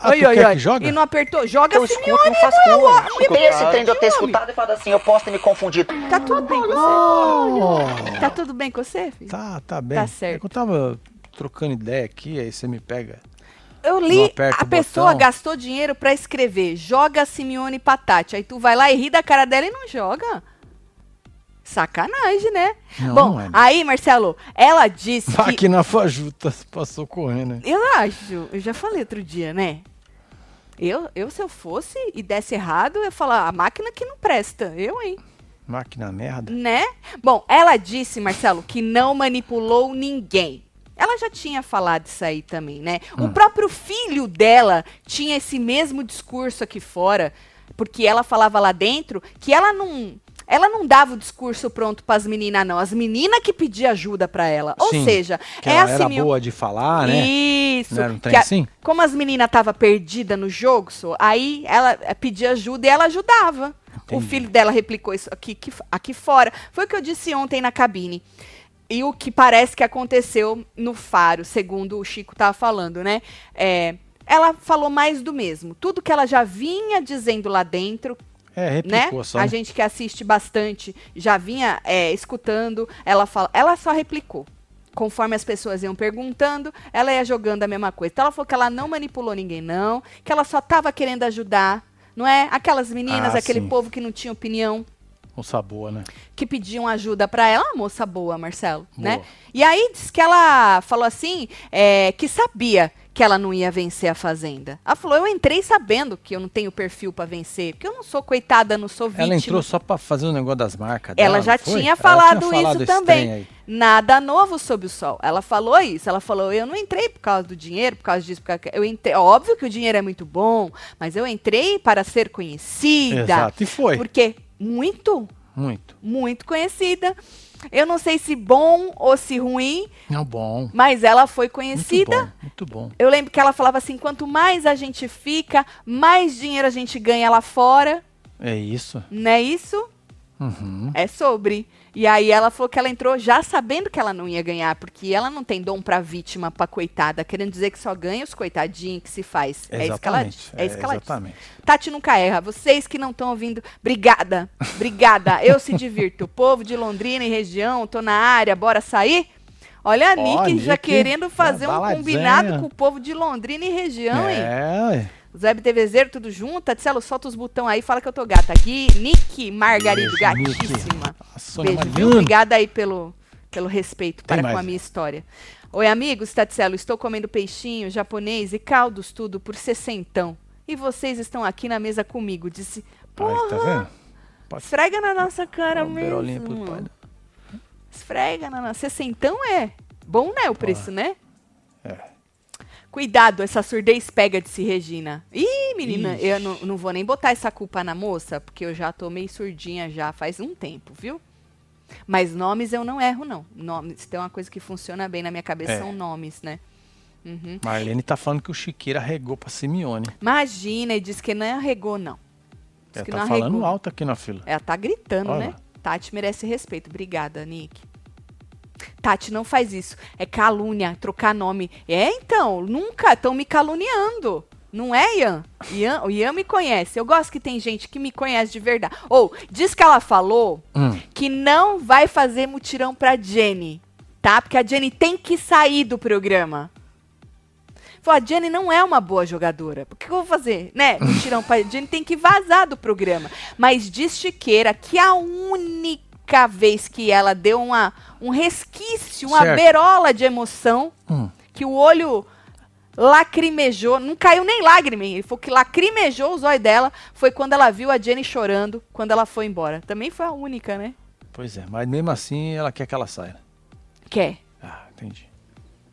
[SPEAKER 2] Ah, tu quer que joga? um
[SPEAKER 1] E não apertou. Joga
[SPEAKER 5] eu
[SPEAKER 1] a
[SPEAKER 5] escuto,
[SPEAKER 1] Simeone,
[SPEAKER 5] não faço
[SPEAKER 1] mulher
[SPEAKER 5] curva.
[SPEAKER 1] louca.
[SPEAKER 5] Chico, tem esse trem de eu ter
[SPEAKER 1] Homem.
[SPEAKER 5] escutado e falado assim, eu posso ter me confundido.
[SPEAKER 1] Tá tudo bem com você?
[SPEAKER 2] Oh!
[SPEAKER 1] Tá tudo bem com você, filho?
[SPEAKER 2] Tá, tá bem.
[SPEAKER 1] Tá certo.
[SPEAKER 2] É que eu tava trocando ideia aqui, aí você me pega.
[SPEAKER 1] Eu
[SPEAKER 2] Não
[SPEAKER 1] li,
[SPEAKER 2] aperta
[SPEAKER 1] a
[SPEAKER 2] o
[SPEAKER 1] pessoa
[SPEAKER 2] botão.
[SPEAKER 1] gastou dinheiro pra escrever, joga Simeone Patate. Aí tu vai lá e ri da cara dela e não joga. Sacanagem, né?
[SPEAKER 2] Não,
[SPEAKER 1] Bom,
[SPEAKER 2] não é.
[SPEAKER 1] aí, Marcelo, ela disse que...
[SPEAKER 2] Máquina fajuta passou correndo. hein?
[SPEAKER 1] Eu acho, eu já falei outro dia, né? Eu, eu se eu fosse e desse errado, eu ia falar, a máquina que não presta. Eu, hein?
[SPEAKER 2] Máquina merda.
[SPEAKER 1] Né? Bom, ela disse, Marcelo, que não manipulou ninguém. Ela já tinha falado isso aí também, né?
[SPEAKER 2] Ah.
[SPEAKER 1] O próprio filho dela tinha esse mesmo discurso aqui fora, porque ela falava lá dentro que ela não ela não dava o discurso pronto para as meninas não, as meninas que pediam ajuda para ela. Ou
[SPEAKER 2] Sim,
[SPEAKER 1] seja,
[SPEAKER 2] Que
[SPEAKER 1] é
[SPEAKER 2] ela
[SPEAKER 1] assim
[SPEAKER 2] era
[SPEAKER 1] mesmo-
[SPEAKER 2] boa de falar, né?
[SPEAKER 1] Isso.
[SPEAKER 2] Não era um
[SPEAKER 1] que
[SPEAKER 2] trem
[SPEAKER 1] a-
[SPEAKER 2] assim?
[SPEAKER 1] como as meninas tava perdida no jogo, só, aí ela eh, pedia ajuda e ela ajudava. O
[SPEAKER 2] Entendi.
[SPEAKER 1] filho dela replicou isso aqui, que- aqui fora. Foi o que eu disse ontem na cabine. E o que parece que aconteceu no Faro, segundo o Chico tava falando, né? É, ela falou mais do mesmo. Tudo que ela já vinha dizendo lá dentro,
[SPEAKER 2] É,
[SPEAKER 1] né?
[SPEAKER 2] replicou só.
[SPEAKER 1] A
[SPEAKER 2] né?
[SPEAKER 1] gente que assiste bastante já vinha é, escutando, ela fala, ela só replicou. Conforme as pessoas iam perguntando, ela ia jogando a mesma coisa. Então ela falou que ela não manipulou ninguém, não, que ela só estava querendo ajudar, não é? Aquelas meninas,
[SPEAKER 2] Ah,
[SPEAKER 1] aquele
[SPEAKER 2] sim.
[SPEAKER 1] povo que não tinha opinião,
[SPEAKER 2] Um sabor, né?
[SPEAKER 1] que pediam ajuda para ela, uma moça boa, Marcelo, né?
[SPEAKER 2] Boa.
[SPEAKER 1] E aí diz que ela falou assim, é, que sabia que ela não ia vencer a fazenda. Ela falou, eu entrei sabendo que eu não tenho perfil para vencer, porque eu não sou coitada, não sou vítima.
[SPEAKER 2] Ela entrou só pra fazer o negócio das marcas.
[SPEAKER 1] Ela
[SPEAKER 2] dela,
[SPEAKER 1] já
[SPEAKER 2] não foi?
[SPEAKER 1] tinha
[SPEAKER 2] Ela
[SPEAKER 1] falado
[SPEAKER 2] tinha falado
[SPEAKER 1] isso
[SPEAKER 2] esse
[SPEAKER 1] também.
[SPEAKER 2] trem aí.
[SPEAKER 1] Nada novo sob o sol. Ela falou isso. Ela falou: eu não entrei por causa do dinheiro, por causa disso, por causa. que- Eu entrei. Óbvio que o dinheiro é muito bom, mas eu entrei para ser conhecida.
[SPEAKER 2] Exato, e foi.
[SPEAKER 1] Porque muito.
[SPEAKER 2] Muito.
[SPEAKER 1] muito conhecida. Eu não sei se bom ou se ruim,
[SPEAKER 2] Não, bom.
[SPEAKER 1] mas ela foi
[SPEAKER 2] Muito
[SPEAKER 1] conhecida.
[SPEAKER 2] bom. Muito bom.
[SPEAKER 1] Eu lembro que ela falava assim: quanto mais a gente fica, mais dinheiro a gente ganha lá fora.
[SPEAKER 2] É isso.
[SPEAKER 1] Não é isso?
[SPEAKER 2] Uhum.
[SPEAKER 1] É sobre. E aí ela falou que ela entrou já sabendo que ela não ia ganhar, porque ela não tem dom pra vítima, pra coitada, querendo dizer que só ganha os coitadinhos que se faz. É isso que ela diz.
[SPEAKER 2] Exatamente.
[SPEAKER 1] É isso que ela diz.
[SPEAKER 2] Exatamente.
[SPEAKER 1] Tati nunca erra. Vocês que não estão ouvindo, obrigada, obrigada. Eu se divirto. Povo de Londrina e região, tô na área, bora sair? Olha a
[SPEAKER 2] Ó,
[SPEAKER 1] Nick já
[SPEAKER 2] Nick,
[SPEAKER 1] querendo fazer
[SPEAKER 2] na
[SPEAKER 1] um
[SPEAKER 2] baladinha.
[SPEAKER 1] combinado com o povo de Londrina e região, Então, hein?
[SPEAKER 2] É, ué.
[SPEAKER 1] Zé BTVZero, tudo junto? Tatselo, solta os botão aí, fala que eu tô gata. Gui, Nick, Margarido,
[SPEAKER 2] Beijo, Nick.
[SPEAKER 1] gatíssima.
[SPEAKER 2] a Sônia
[SPEAKER 1] Beijo, viu?
[SPEAKER 2] Mariano.
[SPEAKER 1] Obrigada aí pelo, pelo respeito
[SPEAKER 2] Tem
[SPEAKER 1] para
[SPEAKER 2] mais.
[SPEAKER 1] com a minha história. Oi, amigos, Tatselo, estou comendo peixinho japonês e caldos tudo por sessentão. E vocês estão aqui na mesa comigo, disse.
[SPEAKER 2] Ai,
[SPEAKER 1] Porra,
[SPEAKER 2] tá vendo?
[SPEAKER 1] esfrega na nossa cara
[SPEAKER 2] Uma berolinha pro pai.
[SPEAKER 1] mesmo. Esfrega na nossa. Sessentão é bom, né, o preço, né?
[SPEAKER 2] É.
[SPEAKER 1] Cuidado, essa surdez pega de si, Regina. Ih, menina,
[SPEAKER 2] Ixi.
[SPEAKER 1] eu não, não vou nem botar essa culpa na moça, porque eu já tô meio surdinha já faz um tempo, viu? Mas nomes eu não erro, não. Nomes, se tem uma coisa que funciona bem na minha cabeça,
[SPEAKER 2] É.
[SPEAKER 1] são nomes, né? Uhum.
[SPEAKER 2] Marlene tá falando que o Chiqueira regou pra Simeone.
[SPEAKER 1] Imagina, e diz que não arregou, não. Diz
[SPEAKER 2] Ela
[SPEAKER 1] que
[SPEAKER 2] tá
[SPEAKER 1] não
[SPEAKER 2] falando
[SPEAKER 1] arregou.
[SPEAKER 2] alto aqui na fila.
[SPEAKER 1] Ela tá gritando,
[SPEAKER 2] Olha
[SPEAKER 1] né?
[SPEAKER 2] lá.
[SPEAKER 1] Tati merece respeito. Obrigada, Nick. Tati, não faz isso. É calúnia, trocar nome. É, então, nunca. Estão me caluniando. Não é, Ian? Ian? O Ian me conhece. Eu gosto que tem gente que me conhece de verdade. Ou, diz que ela falou
[SPEAKER 2] Hum.
[SPEAKER 1] que não vai fazer mutirão pra Jenny, tá? Porque a Jenny tem que sair do programa. Falou, a Jenny não é uma boa jogadora. O que que eu vou fazer, né? Mutirão pra Jenny tem que vazar do programa. Mas diz Chiqueira que a única vez que ela deu uma, um resquício, uma
[SPEAKER 2] Certo.
[SPEAKER 1] berola de emoção,
[SPEAKER 2] Hum.
[SPEAKER 1] que o olho lacrimejou, não caiu nem lágrima, hein? ele falou que lacrimejou os olhos dela, foi quando ela viu a Jenny chorando, quando ela foi embora. Também foi a única, né?
[SPEAKER 2] Pois é, mas mesmo assim ela quer que ela saia.
[SPEAKER 1] Quer.
[SPEAKER 2] Ah, entendi.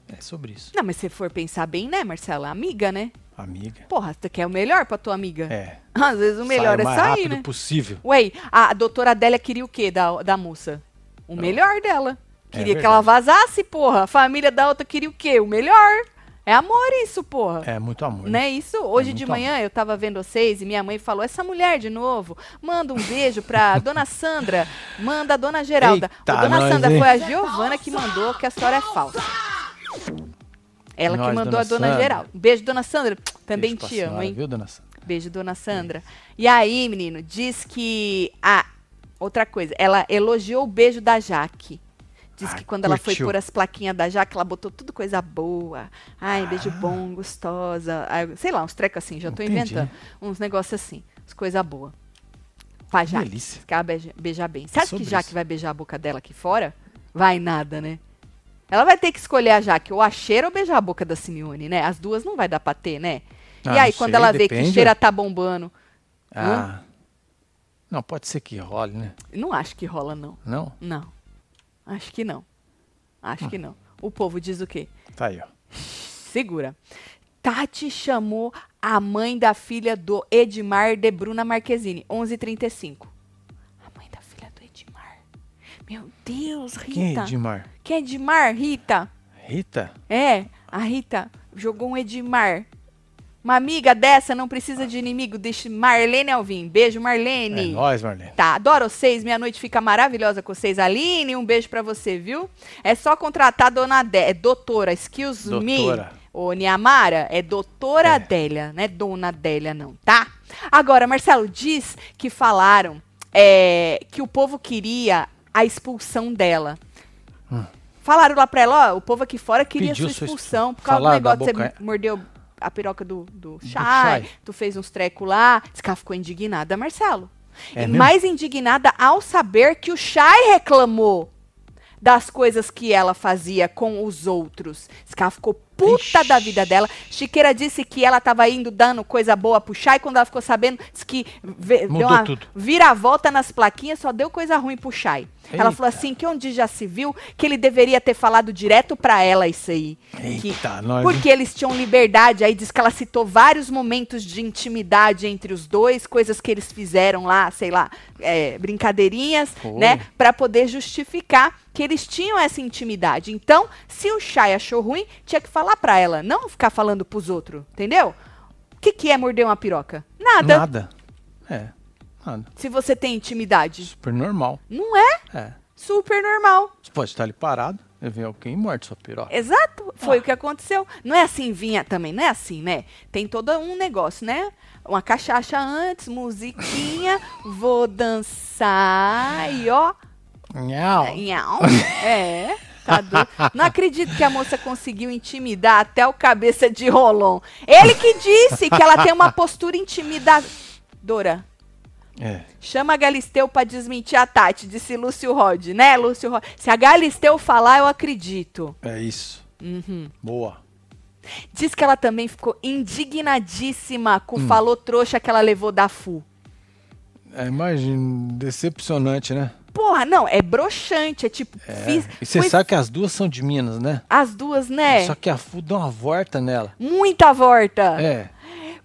[SPEAKER 2] É sobre isso.
[SPEAKER 1] Não, mas se for pensar bem, né, Marcela? Amiga, né?
[SPEAKER 2] Amiga.
[SPEAKER 1] Porra, tu quer o melhor pra tua amiga.
[SPEAKER 2] É.
[SPEAKER 1] Às vezes o melhor
[SPEAKER 2] Saia
[SPEAKER 1] é
[SPEAKER 2] o mais
[SPEAKER 1] sair,
[SPEAKER 2] rápido
[SPEAKER 1] né?
[SPEAKER 2] possível.
[SPEAKER 1] Ué, a, a doutora Adélia queria o quê da, da moça? O melhor dela.
[SPEAKER 2] É
[SPEAKER 1] Queria que ela vazasse, porra. A família da outra queria o quê? O melhor. É amor isso, porra.
[SPEAKER 2] É muito amor.
[SPEAKER 1] Não é isso? Hoje de
[SPEAKER 2] muito
[SPEAKER 1] manhã eu tava vendo vocês e minha mãe falou: essa mulher de novo, manda um beijo pra dona Sandra, manda a dona Geralda.
[SPEAKER 2] Eita,
[SPEAKER 1] Ô, dona
[SPEAKER 2] nós,
[SPEAKER 1] Sandra,
[SPEAKER 2] hein?
[SPEAKER 1] foi a Giovana que mandou que a história é falsa. Ela que
[SPEAKER 2] Nós,
[SPEAKER 1] mandou
[SPEAKER 2] dona
[SPEAKER 1] a dona
[SPEAKER 2] Sandra.
[SPEAKER 1] Geralda. Beijo, dona Sandra. Também
[SPEAKER 2] Beijo pra
[SPEAKER 1] te amo,
[SPEAKER 2] senhora,
[SPEAKER 1] hein?
[SPEAKER 2] Viu, dona Sandra?
[SPEAKER 1] Beijo, dona Sandra. E aí, menino, diz que. Ah, outra coisa. Ela elogiou o beijo da Jaque. Diz
[SPEAKER 2] Ai,
[SPEAKER 1] que quando ela foi
[SPEAKER 2] curtiu.
[SPEAKER 1] pôr as plaquinhas da Jaque, ela botou tudo coisa boa. Ai,
[SPEAKER 2] Ah.
[SPEAKER 1] beijo bom, gostosa. Ai, sei lá, uns trecos assim, já tô
[SPEAKER 2] Entendi.
[SPEAKER 1] inventando. Uns negócios assim, uns coisa boa. Pra Jaque.
[SPEAKER 2] delícia. É
[SPEAKER 1] Que ela beija, beija bem. Você acha que
[SPEAKER 2] sobre
[SPEAKER 1] Jaque
[SPEAKER 2] isso.
[SPEAKER 1] vai beijar a boca dela aqui fora? Vai nada, né? Ela vai ter que escolher a Jaque, ou a cheira ou beijar a boca da Simeone, né? As duas não vai dar pra ter, né?
[SPEAKER 2] Ah,
[SPEAKER 1] e aí,
[SPEAKER 2] não
[SPEAKER 1] quando
[SPEAKER 2] sei,
[SPEAKER 1] ela vê que
[SPEAKER 2] depende.
[SPEAKER 1] cheira tá bombando,
[SPEAKER 2] Ah. Não, pode ser que role, né?
[SPEAKER 1] não acho que rola, não.
[SPEAKER 2] Não?
[SPEAKER 1] Não. Acho que não.
[SPEAKER 2] Ah.
[SPEAKER 1] Acho que não. O povo diz o quê?
[SPEAKER 2] Tá aí, ó.
[SPEAKER 1] Segura. Tati chamou a mãe da filha do Edmar de Bruna Marquezine, 11h35. A mãe da filha do Edmar. Meu Deus, Rita.
[SPEAKER 2] Quem é Edmar?
[SPEAKER 1] Quem é Edmar, Rita?
[SPEAKER 2] Rita?
[SPEAKER 1] É, a Rita jogou um Edmar. Uma amiga dessa não precisa de inimigo. Deixa Marlene Alvim. Beijo,
[SPEAKER 2] É
[SPEAKER 1] Marlene.
[SPEAKER 2] nós, Marlene.
[SPEAKER 1] Tá, adoro vocês, minha noite fica maravilhosa com vocês, Aline, um beijo pra você, viu? É só contratar a dona Adélia, é doutora, excuse
[SPEAKER 2] Doutora.
[SPEAKER 1] me, ô Niamara, é doutora
[SPEAKER 2] É.
[SPEAKER 1] Adélia, não é dona Adélia não, tá? Agora, Marcelo, diz que falaram é, que o povo queria a expulsão dela. Falaram lá pra ela, ó, o povo aqui fora queria
[SPEAKER 2] Hum. Pediu
[SPEAKER 1] sua
[SPEAKER 2] sua expulsão.
[SPEAKER 1] expulsão, por causa do
[SPEAKER 2] Falaram da
[SPEAKER 1] negócio que você
[SPEAKER 2] boca-
[SPEAKER 1] mordeu a piroca do, do, chai,
[SPEAKER 2] chai.
[SPEAKER 1] tu fez uns trecos lá, diz que ela ficou indignada, Marcelo.
[SPEAKER 2] É
[SPEAKER 1] e
[SPEAKER 2] mesmo?
[SPEAKER 1] mais indignada ao saber que o Chay reclamou das coisas que ela fazia com os outros. Diz que ela ficou puta da vida dela. Chiqueira disse que ela tava indo dando coisa boa pro chá e quando ela ficou sabendo, disse que ve-
[SPEAKER 2] Mudou
[SPEAKER 1] deu uma
[SPEAKER 2] tudo.
[SPEAKER 1] vira-volta nas plaquinhas, só deu coisa ruim pro Chay. Ela
[SPEAKER 2] Eita.
[SPEAKER 1] falou assim que onde já se viu que ele deveria ter falado direto pra ela isso aí. Que-
[SPEAKER 2] Eita, nós.
[SPEAKER 1] porque eles tinham liberdade. Aí diz que ela citou vários momentos de intimidade entre os dois, coisas que eles fizeram lá, sei lá, é, brincadeirinhas,
[SPEAKER 2] Foi.
[SPEAKER 1] né? Pra poder justificar que eles tinham essa intimidade. Então, se o Chay achou ruim, tinha que falar pra ela, não ficar falando pros outros, entendeu? O que, que é morder uma piroca? Nada.
[SPEAKER 2] Nada. É. Nada.
[SPEAKER 1] Se você tem intimidade.
[SPEAKER 2] Super normal.
[SPEAKER 1] Não é
[SPEAKER 2] É.
[SPEAKER 1] super normal.
[SPEAKER 2] Você pode estar ali parado, e ver alguém e morde sua piroca.
[SPEAKER 1] Exato, foi o que aconteceu. Não é assim, vinha também, não é assim, né? Tem todo um negócio, né? Uma cachaça antes, musiquinha, vou dançar e ó. É.
[SPEAKER 2] Nhau.
[SPEAKER 1] Nhau. É. Tá doido. Não acredito que a moça conseguiu intimidar até o cabeça de Rolon. Ele que disse que ela tem uma postura intimidadora.
[SPEAKER 2] É.
[SPEAKER 1] Chama a Galisteu pra desmentir a Tati, disse Lúcio Rod, né, Lúcio Rod? Se a Galisteu falar, eu acredito.
[SPEAKER 2] É isso.
[SPEAKER 1] Uhum.
[SPEAKER 2] Boa.
[SPEAKER 1] Diz que ela também ficou indignadíssima com o
[SPEAKER 2] Hum.
[SPEAKER 1] falou trouxa que ela levou da FU.
[SPEAKER 2] É, imagina, decepcionante, né?
[SPEAKER 1] Porra, não, é broxante, é tipo, fiz-
[SPEAKER 2] E você
[SPEAKER 1] fui-
[SPEAKER 2] sabe que as duas são de Minas, né?
[SPEAKER 1] as duas, né?
[SPEAKER 2] Só que a FU dá uma volta nela.
[SPEAKER 1] Muita volta.
[SPEAKER 2] É.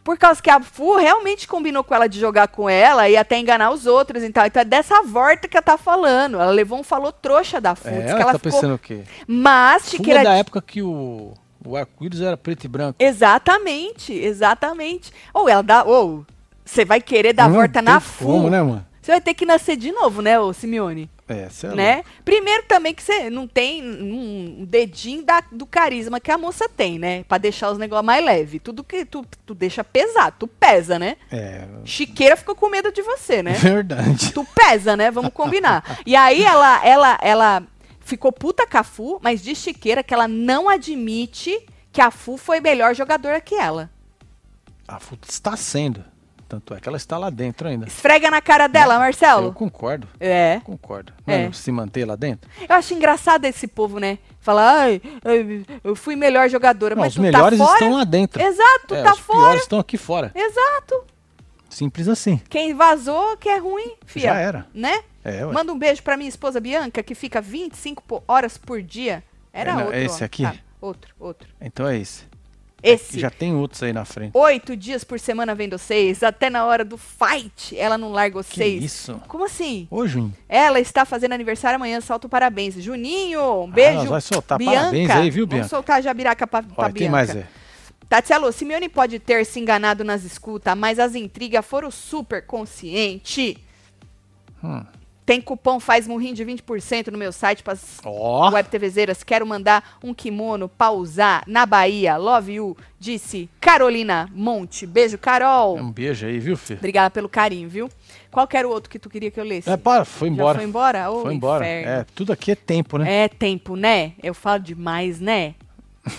[SPEAKER 1] Por causa que a FU realmente combinou com ela de jogar com ela e até enganar os outros e tal. Então é dessa volta que ela tá falando. Ela levou um falou trouxa da FU.
[SPEAKER 2] é
[SPEAKER 1] diz
[SPEAKER 2] ela,
[SPEAKER 1] que ela
[SPEAKER 2] tá
[SPEAKER 1] ficou...
[SPEAKER 2] pensando o quê?
[SPEAKER 1] Mas,
[SPEAKER 2] FU é
[SPEAKER 1] Chiqueira
[SPEAKER 2] da época que o, o arco-íris era preto e branco.
[SPEAKER 1] Exatamente, exatamente. Ou ela dá. Ou você vai querer dar
[SPEAKER 2] Não
[SPEAKER 1] volta
[SPEAKER 2] tem
[SPEAKER 1] na FU.
[SPEAKER 2] como, né, mano?
[SPEAKER 1] Você vai ter que nascer de novo, né, ô Simeone?
[SPEAKER 2] É, sei lá.
[SPEAKER 1] né? Primeiro também que você não tem um dedinho da- do carisma que a moça tem, né? Pra deixar os negócios mais leve. Tudo que tu, tu deixa pesado, tu pesa, né?
[SPEAKER 2] É,
[SPEAKER 1] Chiqueira ficou com medo de você, né?
[SPEAKER 2] verdade.
[SPEAKER 1] tu pesa, né? Vamos combinar. E aí ela, ela, ela ficou puta com a Fu, mas diz Chiqueira que ela não admite que a Fu foi melhor jogadora que ela.
[SPEAKER 2] A FU está sendo. Tanto é que ela está lá dentro ainda.
[SPEAKER 1] Esfrega na cara dela,
[SPEAKER 2] Eu
[SPEAKER 1] Marcelo.
[SPEAKER 2] concordo.
[SPEAKER 1] É.
[SPEAKER 2] Concordo.
[SPEAKER 1] É.
[SPEAKER 2] Mano, se manter lá dentro.
[SPEAKER 1] Eu acho engraçado esse povo, né? Falar, ai, ai, eu fui melhor jogadora,
[SPEAKER 2] Não,
[SPEAKER 1] mas
[SPEAKER 2] os
[SPEAKER 1] tu
[SPEAKER 2] melhores
[SPEAKER 1] tá fora.
[SPEAKER 2] estão lá dentro.
[SPEAKER 1] Exato, tu
[SPEAKER 2] É,
[SPEAKER 1] tá
[SPEAKER 2] os
[SPEAKER 1] fora.
[SPEAKER 2] piores estão aqui fora.
[SPEAKER 1] Exato.
[SPEAKER 2] Simples assim.
[SPEAKER 1] Quem vazou que é ruim, fia.
[SPEAKER 2] Já era.
[SPEAKER 1] Né?
[SPEAKER 2] É, ué.
[SPEAKER 1] Manda um beijo pra minha esposa Bianca, que fica 25 po- horas por dia. Era
[SPEAKER 2] É, não,
[SPEAKER 1] outro.
[SPEAKER 2] é esse
[SPEAKER 1] ó.
[SPEAKER 2] aqui?
[SPEAKER 1] Ah, outro, outro.
[SPEAKER 2] Então é esse.
[SPEAKER 1] Esse.
[SPEAKER 2] Já tem outros aí na frente.
[SPEAKER 1] Oito dias por semana vendo seis, até na hora do fight, ela não largou
[SPEAKER 2] Que
[SPEAKER 1] seis.
[SPEAKER 2] isso?
[SPEAKER 1] Como assim?
[SPEAKER 2] Ô, Juninho.
[SPEAKER 1] Ela está fazendo aniversário amanhã, solta o parabéns. Juninho, um beijo.
[SPEAKER 2] nós Ah, vai soltar
[SPEAKER 1] Bianca.
[SPEAKER 2] parabéns aí, viu, Bianca?
[SPEAKER 1] Vamos soltar a jabiraca pra, pra
[SPEAKER 2] Olha,
[SPEAKER 1] Bianca.
[SPEAKER 2] tem mais aí.
[SPEAKER 1] Tati, alô, Simeone pode ter se enganado nas escutas, mas as intrigas foram super consciente.
[SPEAKER 2] Hum.
[SPEAKER 1] Tem cupom faz murrinho de 20% no meu site para as
[SPEAKER 2] Ó,
[SPEAKER 1] web TVzeiras. Quero mandar um kimono pra usar na Bahia. Love you, disse Carolina Monte. Beijo, Carol.
[SPEAKER 2] um beijo aí, viu, filho?
[SPEAKER 1] Obrigada pelo carinho, viu? Qual que era o outro que tu queria que eu lesse?
[SPEAKER 2] É, para, foi
[SPEAKER 1] Já
[SPEAKER 2] embora.
[SPEAKER 1] foi embora? Ô,
[SPEAKER 2] Foi embora.
[SPEAKER 1] inferno.
[SPEAKER 2] É, tudo aqui é tempo, né?
[SPEAKER 1] É tempo, né? Eu falo demais, né?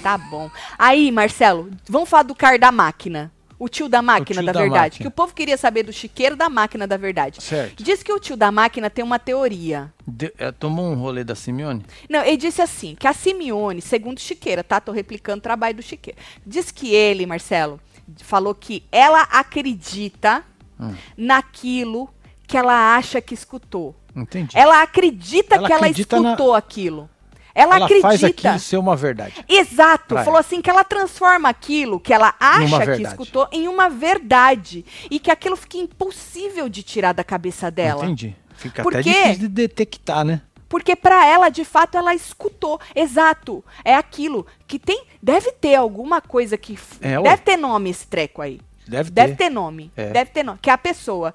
[SPEAKER 1] Tá bom. Aí, Marcelo, vamos falar do car da máquina. O tio da máquina
[SPEAKER 2] tio
[SPEAKER 1] da,
[SPEAKER 2] da
[SPEAKER 1] verdade.
[SPEAKER 2] máquina.
[SPEAKER 1] Que o povo queria saber do chiqueiro da máquina da verdade.
[SPEAKER 2] Certo.
[SPEAKER 1] Diz que o tio da máquina tem uma teoria.
[SPEAKER 2] De- é, tomou um rolê da Simeone?
[SPEAKER 1] Não, ele disse assim, que a Simeone, segundo Chiqueira, tá? Tô replicando o trabalho do Chiqueira. Diz que ele, Marcelo, falou que ela acredita
[SPEAKER 2] Hum.
[SPEAKER 1] naquilo que ela acha que escutou.
[SPEAKER 2] Entendi.
[SPEAKER 1] Ela acredita
[SPEAKER 2] Ela
[SPEAKER 1] que ela
[SPEAKER 2] acredita na-
[SPEAKER 1] escutou aquilo. Ela, acredita.
[SPEAKER 2] faz aquilo ser uma verdade.
[SPEAKER 1] Exato,
[SPEAKER 2] Pra
[SPEAKER 1] falou
[SPEAKER 2] ela.
[SPEAKER 1] assim que ela transforma aquilo que ela
[SPEAKER 2] Numa
[SPEAKER 1] acha que
[SPEAKER 2] verdade.
[SPEAKER 1] escutou em uma verdade e que aquilo fica impossível de tirar da cabeça dela.
[SPEAKER 2] Entendi. Fica
[SPEAKER 1] Por
[SPEAKER 2] até
[SPEAKER 1] quê?
[SPEAKER 2] difícil de detectar, né?
[SPEAKER 1] Porque pra ela, de fato, ela escutou. Exato. É aquilo que tem, deve ter alguma coisa que f-
[SPEAKER 2] É, ué.
[SPEAKER 1] deve ter nome esse treco aí.
[SPEAKER 2] Deve,
[SPEAKER 1] Deve
[SPEAKER 2] ter.
[SPEAKER 1] ter nome.
[SPEAKER 2] É.
[SPEAKER 1] Deve ter nome. Que é a pessoa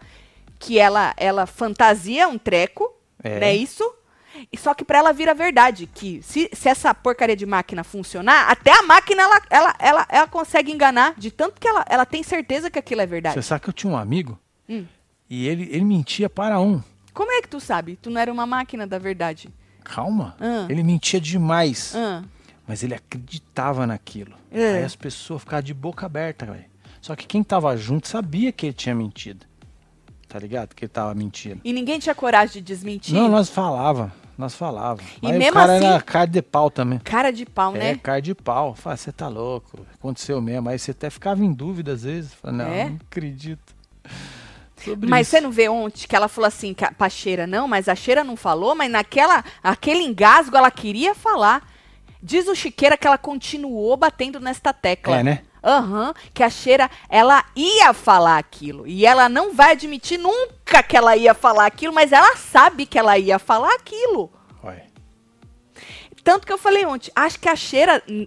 [SPEAKER 1] que ela ela fantasia um treco,
[SPEAKER 2] É.
[SPEAKER 1] não é isso? E só que pra ela vira verdade que se, se essa porcaria de máquina funcionar, até a máquina ela, ela, ela, ela consegue enganar de tanto que ela, ela tem certeza que aquilo é verdade.
[SPEAKER 2] Você sabe que eu tinha um amigo
[SPEAKER 1] Hum.
[SPEAKER 2] e ele, ele mentia para um.
[SPEAKER 1] Como é que tu sabe? Tu não era uma máquina da verdade.
[SPEAKER 2] Calma.
[SPEAKER 1] Ah.
[SPEAKER 2] Ele mentia demais.
[SPEAKER 1] Ah,
[SPEAKER 2] Mas ele acreditava naquilo.
[SPEAKER 1] É.
[SPEAKER 2] Aí as pessoas ficavam de boca aberta, velho. Só que quem tava junto sabia que ele tinha mentido. Tá ligado? Que ele tava mentindo.
[SPEAKER 1] E ninguém tinha coragem de desmentir.
[SPEAKER 2] Não, nós falava. Nós falávamos.
[SPEAKER 1] E
[SPEAKER 2] Mas
[SPEAKER 1] mesmo
[SPEAKER 2] o cara
[SPEAKER 1] assim-
[SPEAKER 2] era cara de pau também.
[SPEAKER 1] Cara de pau,
[SPEAKER 2] É,
[SPEAKER 1] né?
[SPEAKER 2] cara de pau. Fala, você tá louco. Aconteceu mesmo. Aí você até ficava em dúvida às vezes. Fala, não,
[SPEAKER 1] É?
[SPEAKER 2] não acredito. Sobre
[SPEAKER 1] Mas
[SPEAKER 2] isso.
[SPEAKER 1] você não vê ontem que ela falou assim, que a- pra Cheira não, mas a Cheira não falou, mas naquela, aquele engasgo ela queria falar. Diz o Chiqueira que ela continuou batendo nesta tecla.
[SPEAKER 2] É, né?
[SPEAKER 1] Aham, que a Cheira, ela ia falar aquilo. E ela não vai admitir nunca que ela ia falar aquilo, mas ela sabe que ela ia falar aquilo.
[SPEAKER 2] Olha,
[SPEAKER 1] Tanto que eu falei ontem, acho que a Cheira hum,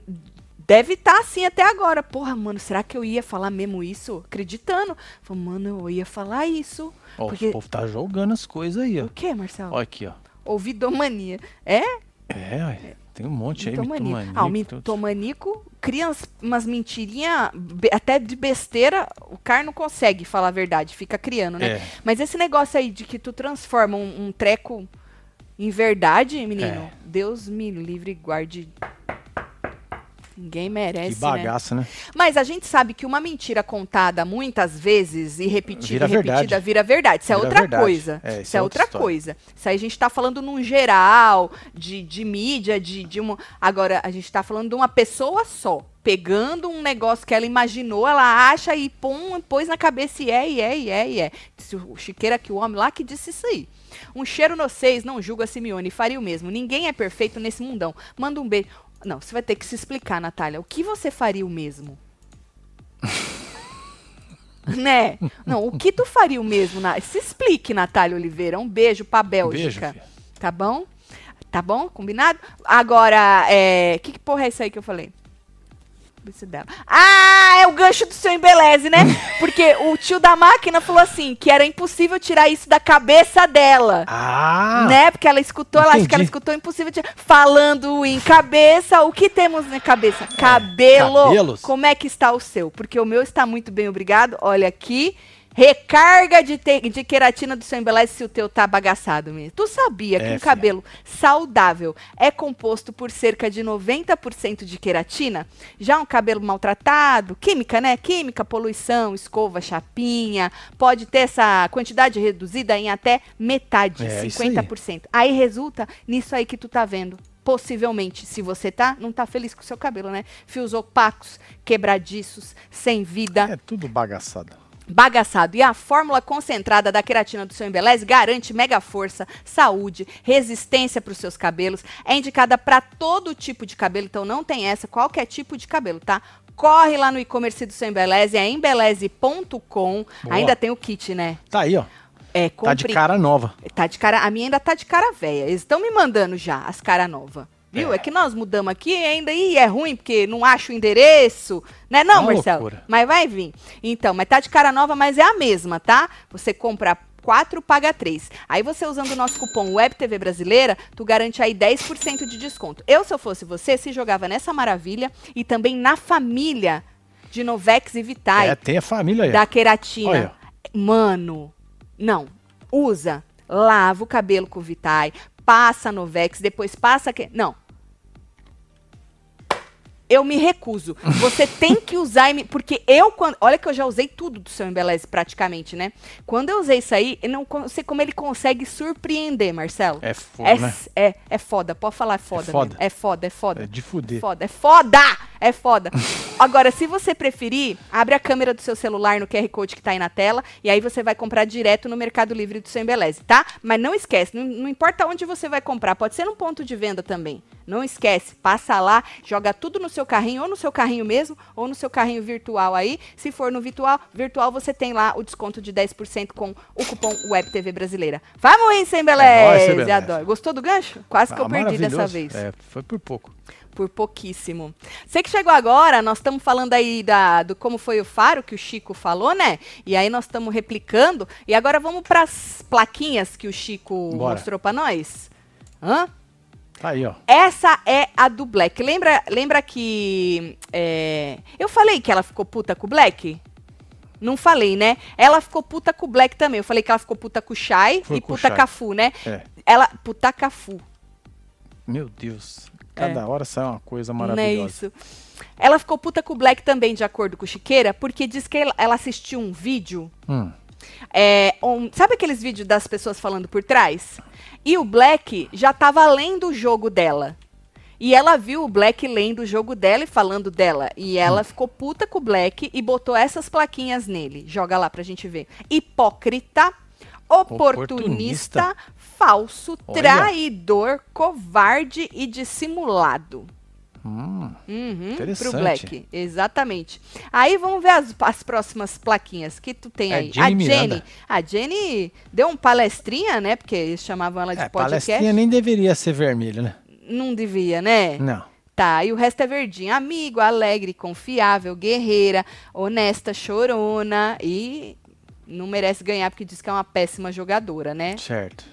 [SPEAKER 1] deve estar assim até agora. Porra, mano, será que eu ia falar mesmo isso? Acreditando. Falei, mano, eu ia falar isso.
[SPEAKER 2] ó,
[SPEAKER 1] Porque- Então.
[SPEAKER 2] O povo tá jogando as coisas aí, ó.
[SPEAKER 1] O que, Marcelo?
[SPEAKER 2] Olha aqui, ó.
[SPEAKER 1] Ouvidomania. É?
[SPEAKER 2] É, ué, tem um monte aí.
[SPEAKER 1] Mitomania.
[SPEAKER 2] mitomaníaco,
[SPEAKER 1] Ah, o
[SPEAKER 2] tudo.
[SPEAKER 1] mitomanico cria uns- umas mentirinhas até de besteira. O cara não consegue falar a verdade, fica criando, né?
[SPEAKER 2] É.
[SPEAKER 1] Mas esse negócio aí de que tu transforma um, um treco em verdade, menino,
[SPEAKER 2] É.
[SPEAKER 1] Deus me livre e guarde. Ninguém
[SPEAKER 2] Que
[SPEAKER 1] merece, né?
[SPEAKER 2] bagaça, né?
[SPEAKER 1] Mas a gente sabe que uma mentira contada muitas vezes e repetida
[SPEAKER 2] Vira
[SPEAKER 1] e repetida
[SPEAKER 2] verdade.
[SPEAKER 1] vira verdade. Isso é
[SPEAKER 2] Vira
[SPEAKER 1] outra
[SPEAKER 2] verdade.
[SPEAKER 1] coisa.
[SPEAKER 2] É, isso
[SPEAKER 1] isso é,
[SPEAKER 2] é outra
[SPEAKER 1] outra
[SPEAKER 2] história.
[SPEAKER 1] coisa. Isso aí a gente tá falando num geral, de, de mídia, de, de uma. Agora, a gente tá falando de uma pessoa só. Pegando um negócio que ela imaginou, ela acha e pum, pôs na cabeça e é, e é, e é, e é. Disse o Chiqueira que o homem lá que disse isso aí. Um cheiro no seis, não julga Simeone, faria o mesmo. Ninguém é perfeito nesse mundão. Manda um beijo. Não, você vai ter que se explicar, Natália. O que você faria o mesmo? né? Não, o que tu faria o mesmo? Na... Se explique, Natália Oliveira. Um beijo pra
[SPEAKER 2] Beijo,
[SPEAKER 1] Bélgica.
[SPEAKER 2] filha.
[SPEAKER 1] tá bom? Tá bom? Combinado? Agora, é... Que, que porra é isso aí que eu falei? Isso dela. Ah, é o gancho do seu embeleze, né? Porque o tio da máquina falou assim, que era impossível tirar isso da cabeça dela.
[SPEAKER 2] Ah!
[SPEAKER 1] Né? Porque ela escutou, ela acho que ela
[SPEAKER 2] entendi.
[SPEAKER 1] escutou impossível. tirar. Falando em cabeça, o que temos na cabeça? Cabelo.
[SPEAKER 2] É. cabelos.
[SPEAKER 1] Como é que está o seu? Porque o meu está muito bem, obrigado. Olha aqui. Recarga de, te- de queratina do seu embeleze se o teu tá bagaçado mesmo. Tu sabia
[SPEAKER 2] É,
[SPEAKER 1] que um
[SPEAKER 2] filha.
[SPEAKER 1] cabelo saudável é composto por cerca de 90% de queratina? Já um cabelo maltratado, química, né? Química, poluição, escova, chapinha, pode ter essa quantidade reduzida em até metade,
[SPEAKER 2] É, isso aí.
[SPEAKER 1] 50%. Aí. resulta nisso aí que tu tá vendo. Possivelmente, se você tá, não tá feliz com o seu cabelo, né? Fios opacos, quebradiços, sem vida
[SPEAKER 2] É tudo bagaçado.
[SPEAKER 1] bagaçado. E a fórmula concentrada da queratina do seu embeleze garante mega força, saúde, resistência para os seus cabelos. É indicada para todo tipo de cabelo, então não tem essa, qualquer tipo de cabelo, tá? Corre lá no e-commerce do seu embeleze, é embeleze.com.
[SPEAKER 2] Boa.
[SPEAKER 1] Ainda tem o kit, né?
[SPEAKER 2] Tá aí, ó.
[SPEAKER 1] É,
[SPEAKER 2] Tá de cara nova.
[SPEAKER 1] Tá de cara, a minha ainda tá de cara velha. Eles estão me mandando já as cara nova. Viu? É.
[SPEAKER 2] É.
[SPEAKER 1] que nós mudamos aqui e ainda e é ruim porque não acho o endereço, né? Não,
[SPEAKER 2] Uma
[SPEAKER 1] Marcelo.
[SPEAKER 2] loucura.
[SPEAKER 1] Mas vai vir. Então, mas tá de cara nova, mas é a mesma, tá? Você compra quatro paga três. Aí você usando o nosso cupom WebTV Brasileira, tu garante aí 10% de desconto. Eu, se eu fosse você, se jogava nessa maravilha e também na família de Novex e Vitae
[SPEAKER 2] É, tem a família aí. ó.
[SPEAKER 1] da queratina.
[SPEAKER 2] Olha.
[SPEAKER 1] Mano, não. Usa, lava o cabelo com o Vitae, passa no Vex, depois passa que não. Eu me recuso. Você tem que usar, e me- porque eu quando, olha que eu já usei tudo do seu embeleze praticamente, né? Quando eu usei isso aí, eu não con- sei como ele consegue surpreender, Marcelo.
[SPEAKER 2] É fogo,
[SPEAKER 1] É,
[SPEAKER 2] né?
[SPEAKER 1] s- é, é foda, pode falar é foda. mesmo.
[SPEAKER 2] foda.
[SPEAKER 1] É foda, é foda.
[SPEAKER 2] É de fuder.
[SPEAKER 1] Foda, é foda! É foda. Agora, se você preferir, abre a câmera do seu celular no QR Code que tá aí na tela e aí você vai comprar direto no Mercado Livre do Sem Embeleze, tá? Mas não esquece, não, não importa onde você vai comprar, pode ser num ponto de venda também. Não esquece, passa lá, joga tudo no seu carrinho, ou no seu carrinho mesmo, ou no seu carrinho virtual aí. Se for no virtual, virtual você tem lá o desconto de 10% com o cupom WebTV Brasileira. Vamos aí, Sem
[SPEAKER 2] É nóis, Sem
[SPEAKER 1] Embeleze!
[SPEAKER 2] Embeleze.
[SPEAKER 1] Adoro. Gostou do gancho? Quase que
[SPEAKER 2] Ah,
[SPEAKER 1] eu perdi dessa
[SPEAKER 2] maravilhoso.
[SPEAKER 1] vez
[SPEAKER 2] É, foi por pouco.
[SPEAKER 1] por pouquíssimo. Você que chegou agora, nós estamos falando aí da, do como foi o faro que o Chico falou, né? E aí nós estamos replicando. E agora vamos para as plaquinhas que o Chico
[SPEAKER 2] Bora.
[SPEAKER 1] mostrou para nós. Hã?
[SPEAKER 2] Tá aí, ó.
[SPEAKER 1] Essa é a do Black. Lembra, lembra que é, eu falei que ela ficou puta com o Black? Não falei, né? Ela ficou puta com o Black também. Eu falei que ela ficou puta com o Shai
[SPEAKER 2] Foi
[SPEAKER 1] e
[SPEAKER 2] com o
[SPEAKER 1] puta
[SPEAKER 2] Shai.
[SPEAKER 1] Cafu, né?
[SPEAKER 2] É.
[SPEAKER 1] Ela puta Cafu.
[SPEAKER 2] Meu Deus. Cada hora sai uma coisa
[SPEAKER 1] Não é
[SPEAKER 2] maravilhosa.
[SPEAKER 1] isso. Ela ficou puta com o Black também, de acordo com o Chiqueira, porque diz que ela- ela assistiu um vídeo.
[SPEAKER 2] Hum.
[SPEAKER 1] é, um- sabe aqueles vídeos das pessoas falando por trás? E o Black já estava lendo o jogo dela. E ela viu o Black lendo o jogo dela e falando dela. E
[SPEAKER 2] Hum.
[SPEAKER 1] ela ficou puta com o Black e botou essas plaquinhas nele. Joga lá pra gente ver. Hipócrita, oportunista,
[SPEAKER 2] Oportunista.
[SPEAKER 1] falso,
[SPEAKER 2] Olha.
[SPEAKER 1] traidor, covarde e dissimulado.
[SPEAKER 2] Hum,
[SPEAKER 1] Uhum, pro
[SPEAKER 2] Interessante.
[SPEAKER 1] Black, exatamente. Aí vamos ver as, as próximas plaquinhas que tu tem
[SPEAKER 2] É
[SPEAKER 1] aí.
[SPEAKER 2] Jenny
[SPEAKER 1] a Jenny,
[SPEAKER 2] Miranda.
[SPEAKER 1] a Jenny deu um palestrinha, né? Porque eles chamavam ela de
[SPEAKER 2] é, palestrinha
[SPEAKER 1] podcast.
[SPEAKER 2] nem Hum. deveria ser vermelha, né?
[SPEAKER 1] Não devia, né?
[SPEAKER 2] Não.
[SPEAKER 1] Tá, e o resto é verdinho. Amigo, alegre, confiável, guerreira, honesta, chorona e não merece ganhar porque diz que é uma péssima jogadora, né?
[SPEAKER 2] Certo.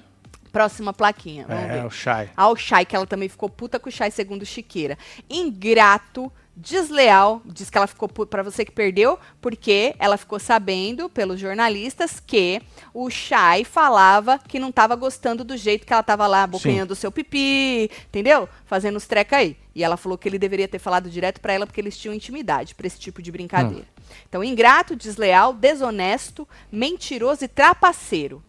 [SPEAKER 1] Próxima plaquinha, vamos
[SPEAKER 2] É,
[SPEAKER 1] ver.
[SPEAKER 2] o Shai.
[SPEAKER 1] Ao Shai, que ela também ficou puta com o Shai, segundo Chiqueira. Ingrato, desleal, diz que ela ficou puta pra você que perdeu, porque ela ficou sabendo pelos jornalistas que o Shai falava que não tava gostando do jeito que ela tava lá abocanhando o seu pipi, entendeu? Fazendo os treca aí. E ela falou que ele deveria ter falado direto pra ela porque eles tinham intimidade pra esse tipo de brincadeira. Então, ingrato, desleal, desonesto, mentiroso e trapaceiro.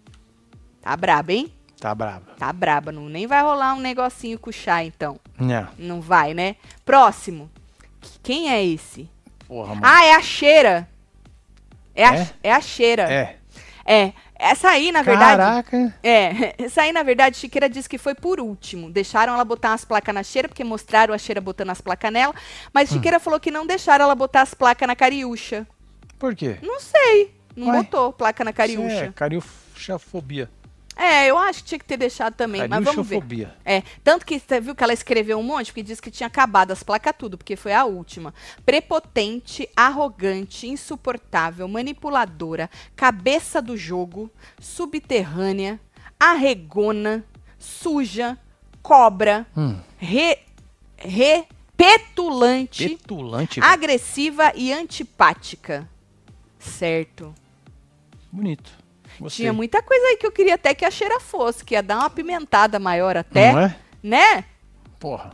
[SPEAKER 1] Tá brabo, hein?
[SPEAKER 2] Tá brava.
[SPEAKER 1] Tá braba, não, nem vai rolar um negocinho com o chá, então.
[SPEAKER 2] Não.
[SPEAKER 1] Não vai, né? Próximo. Qu- Quem é esse?
[SPEAKER 2] Porra, mano.
[SPEAKER 1] Ah, é a cheira. É a,
[SPEAKER 2] É?
[SPEAKER 1] é a cheira.
[SPEAKER 2] é.
[SPEAKER 1] É. Essa aí, na verdade.
[SPEAKER 2] Caraca.
[SPEAKER 1] É, essa aí, na verdade, Chiqueira disse que foi por último. Deixaram ela botar as placas na cheira, porque mostraram a cheira botando as placas nela.
[SPEAKER 2] Hum.
[SPEAKER 1] Mas Chiqueira falou que não deixaram ela botar as placas na cariúcha.
[SPEAKER 2] Por quê?
[SPEAKER 1] Não sei. Não
[SPEAKER 2] Ué?
[SPEAKER 1] botou placa na
[SPEAKER 2] Isso É,
[SPEAKER 1] cariúcha.
[SPEAKER 2] cariuxafobia.
[SPEAKER 1] É, eu acho que tinha que ter deixado também, mas vamos ver.
[SPEAKER 2] Cariuxafobia.
[SPEAKER 1] É, tanto que você viu que ela escreveu um monte, porque disse que tinha acabado as placas tudo, porque foi a última. Prepotente, arrogante, insuportável, manipuladora, cabeça do jogo, subterrânea, arregona, suja, cobra,
[SPEAKER 2] Hum.
[SPEAKER 1] re, re- petulante,
[SPEAKER 2] Petulante.
[SPEAKER 1] Ah.
[SPEAKER 2] velho.
[SPEAKER 1] agressiva e antipática. Certo.
[SPEAKER 2] Bonito. Gostei.
[SPEAKER 1] Tinha muita coisa aí que eu queria até que a cheira fosse, que ia dar uma pimentada maior até,
[SPEAKER 2] Não é?
[SPEAKER 1] né?
[SPEAKER 2] Porra.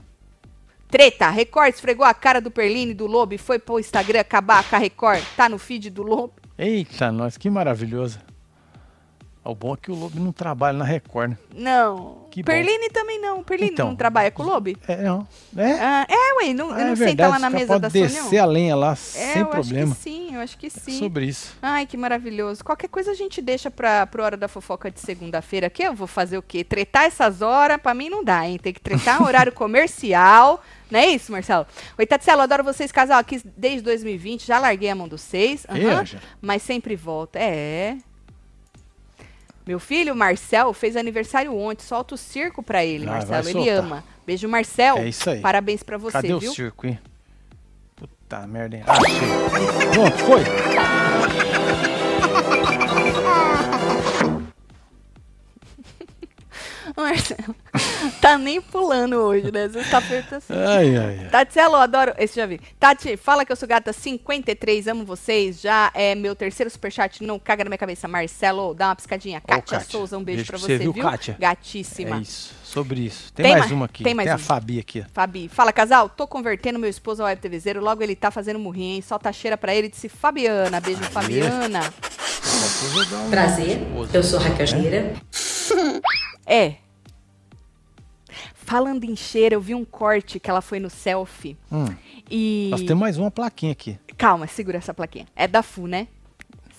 [SPEAKER 1] Treta, Record esfregou a cara do Perline do Lobo e foi pro Instagram acabar com a Record. Tá no feed do Lobo.
[SPEAKER 2] Eita, nós, que maravilhoso. O bom é que o Lobo não trabalha na Record, né?
[SPEAKER 1] Não.
[SPEAKER 2] Que bom.
[SPEAKER 1] Perline também não. Perline
[SPEAKER 2] Então.
[SPEAKER 1] não trabalha com o Lobo?
[SPEAKER 2] É, não. É?
[SPEAKER 1] Ah, é, ué, não,
[SPEAKER 2] Ah,
[SPEAKER 1] eu
[SPEAKER 2] é
[SPEAKER 1] não sei, tá
[SPEAKER 2] verdade,
[SPEAKER 1] lá na
[SPEAKER 2] os caras
[SPEAKER 1] mesa da
[SPEAKER 2] podem
[SPEAKER 1] Sony.
[SPEAKER 2] descer a lenha lá
[SPEAKER 1] É,
[SPEAKER 2] sem
[SPEAKER 1] eu
[SPEAKER 2] problema.
[SPEAKER 1] acho que sim, eu acho que
[SPEAKER 2] É
[SPEAKER 1] sim.
[SPEAKER 2] sobre isso.
[SPEAKER 1] Ai, que maravilhoso. Qualquer coisa a gente deixa pra, pro Hora da Fofoca de segunda-feira, que eu vou fazer o quê? Tretar essas horas, pra mim não dá, hein? Tem que tretar um horário comercial. Não é isso, Marcelo? Oi, Tatielo, adoro vocês, casal. Aqui desde 2020, já larguei a mão dos seis.
[SPEAKER 2] Ei,
[SPEAKER 1] Aham.
[SPEAKER 2] Ângela.
[SPEAKER 1] mas sempre volta. É. Meu filho, Marcel, fez aniversário ontem. Solta o circo pra ele,
[SPEAKER 2] Ah, vai
[SPEAKER 1] Marcelo. Ele
[SPEAKER 2] soltar.
[SPEAKER 1] ama. Beijo, Marcel.
[SPEAKER 2] É isso aí.
[SPEAKER 1] Parabéns pra você,
[SPEAKER 2] Cadê
[SPEAKER 1] viu?
[SPEAKER 2] o circo, hein? Puta merda, hein? Ah, Achei. Pronto, foi.
[SPEAKER 1] Marcelo, tá nem pulando hoje, né? Sexta-feira tá assim.
[SPEAKER 2] Ai, ai, ai.
[SPEAKER 1] Tatielo, adoro. Esse já vi. Tati, fala que eu sou gata 53, amo vocês. Já é meu terceiro superchat, não caga na minha cabeça. Marcelo, dá uma piscadinha. Kátia
[SPEAKER 2] Kátia,
[SPEAKER 1] Souza, um beijo,
[SPEAKER 2] beijo
[SPEAKER 1] pra
[SPEAKER 2] pra
[SPEAKER 1] você,
[SPEAKER 2] você, viu,
[SPEAKER 1] viu?
[SPEAKER 2] Kátia?
[SPEAKER 1] Gatíssima.
[SPEAKER 2] É isso, sobre isso. Tem,
[SPEAKER 1] Tem
[SPEAKER 2] mais
[SPEAKER 1] ma-
[SPEAKER 2] uma aqui.
[SPEAKER 1] tem
[SPEAKER 2] Tem,
[SPEAKER 1] mais um.
[SPEAKER 2] a
[SPEAKER 1] uma.
[SPEAKER 2] Fabi aqui. ó.
[SPEAKER 1] Fabi, fala casal, tô convertendo meu esposo ao WebTVzeiro, logo ele tá fazendo murrinha, hein? Solta a cheira pra ele, disse Fabiana, beijo Fabiana.
[SPEAKER 2] Depois eu dou um-
[SPEAKER 6] Prazer, eu sou Raquel Gera.
[SPEAKER 1] É. Falando em cheira, eu vi um corte que ela foi no selfie
[SPEAKER 2] Hum,
[SPEAKER 1] e...
[SPEAKER 2] Nós temos mais uma plaquinha aqui.
[SPEAKER 1] Calma, segura essa plaquinha. É da Fu, né?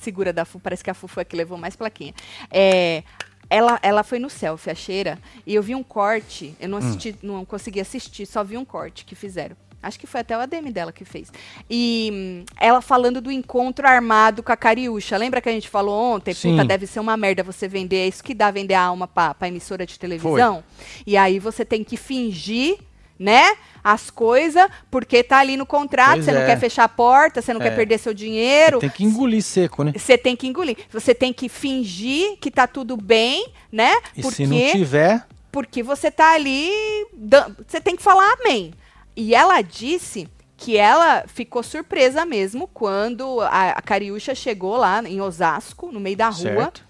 [SPEAKER 1] Segura da Fu, parece que a Fu foi a que levou mais plaquinha. É, ela, ela foi no selfie, a cheira, e eu vi um corte,
[SPEAKER 2] Hum.
[SPEAKER 1] eu não assisti, não consegui assistir, só vi um corte que fizeram. Acho que foi até o ADM dela que fez. E hum, ela falando do encontro armado com a Cariúcha. Lembra que a gente falou ontem?
[SPEAKER 2] Sim.
[SPEAKER 1] Puta, deve ser uma merda você vender. É isso que dá vender a alma pra, pra emissora de televisão. E aí você tem que fingir, né? As coisas, porque tá ali no contrato,
[SPEAKER 2] Pois
[SPEAKER 1] você não
[SPEAKER 2] é.
[SPEAKER 1] quer fechar a porta, você não quer
[SPEAKER 2] É.
[SPEAKER 1] perder seu dinheiro.
[SPEAKER 2] Tem que engolir seco, né?
[SPEAKER 1] Você tem que engolir. Você tem que fingir que tá tudo bem, né?
[SPEAKER 2] E se
[SPEAKER 1] Porque,
[SPEAKER 2] não tiver,
[SPEAKER 1] porque você tá ali. dan- Você tem que falar amém. E ela disse que ela ficou surpresa mesmo quando a, a Cariúcha chegou lá em Osasco, no meio da rua,
[SPEAKER 2] certo?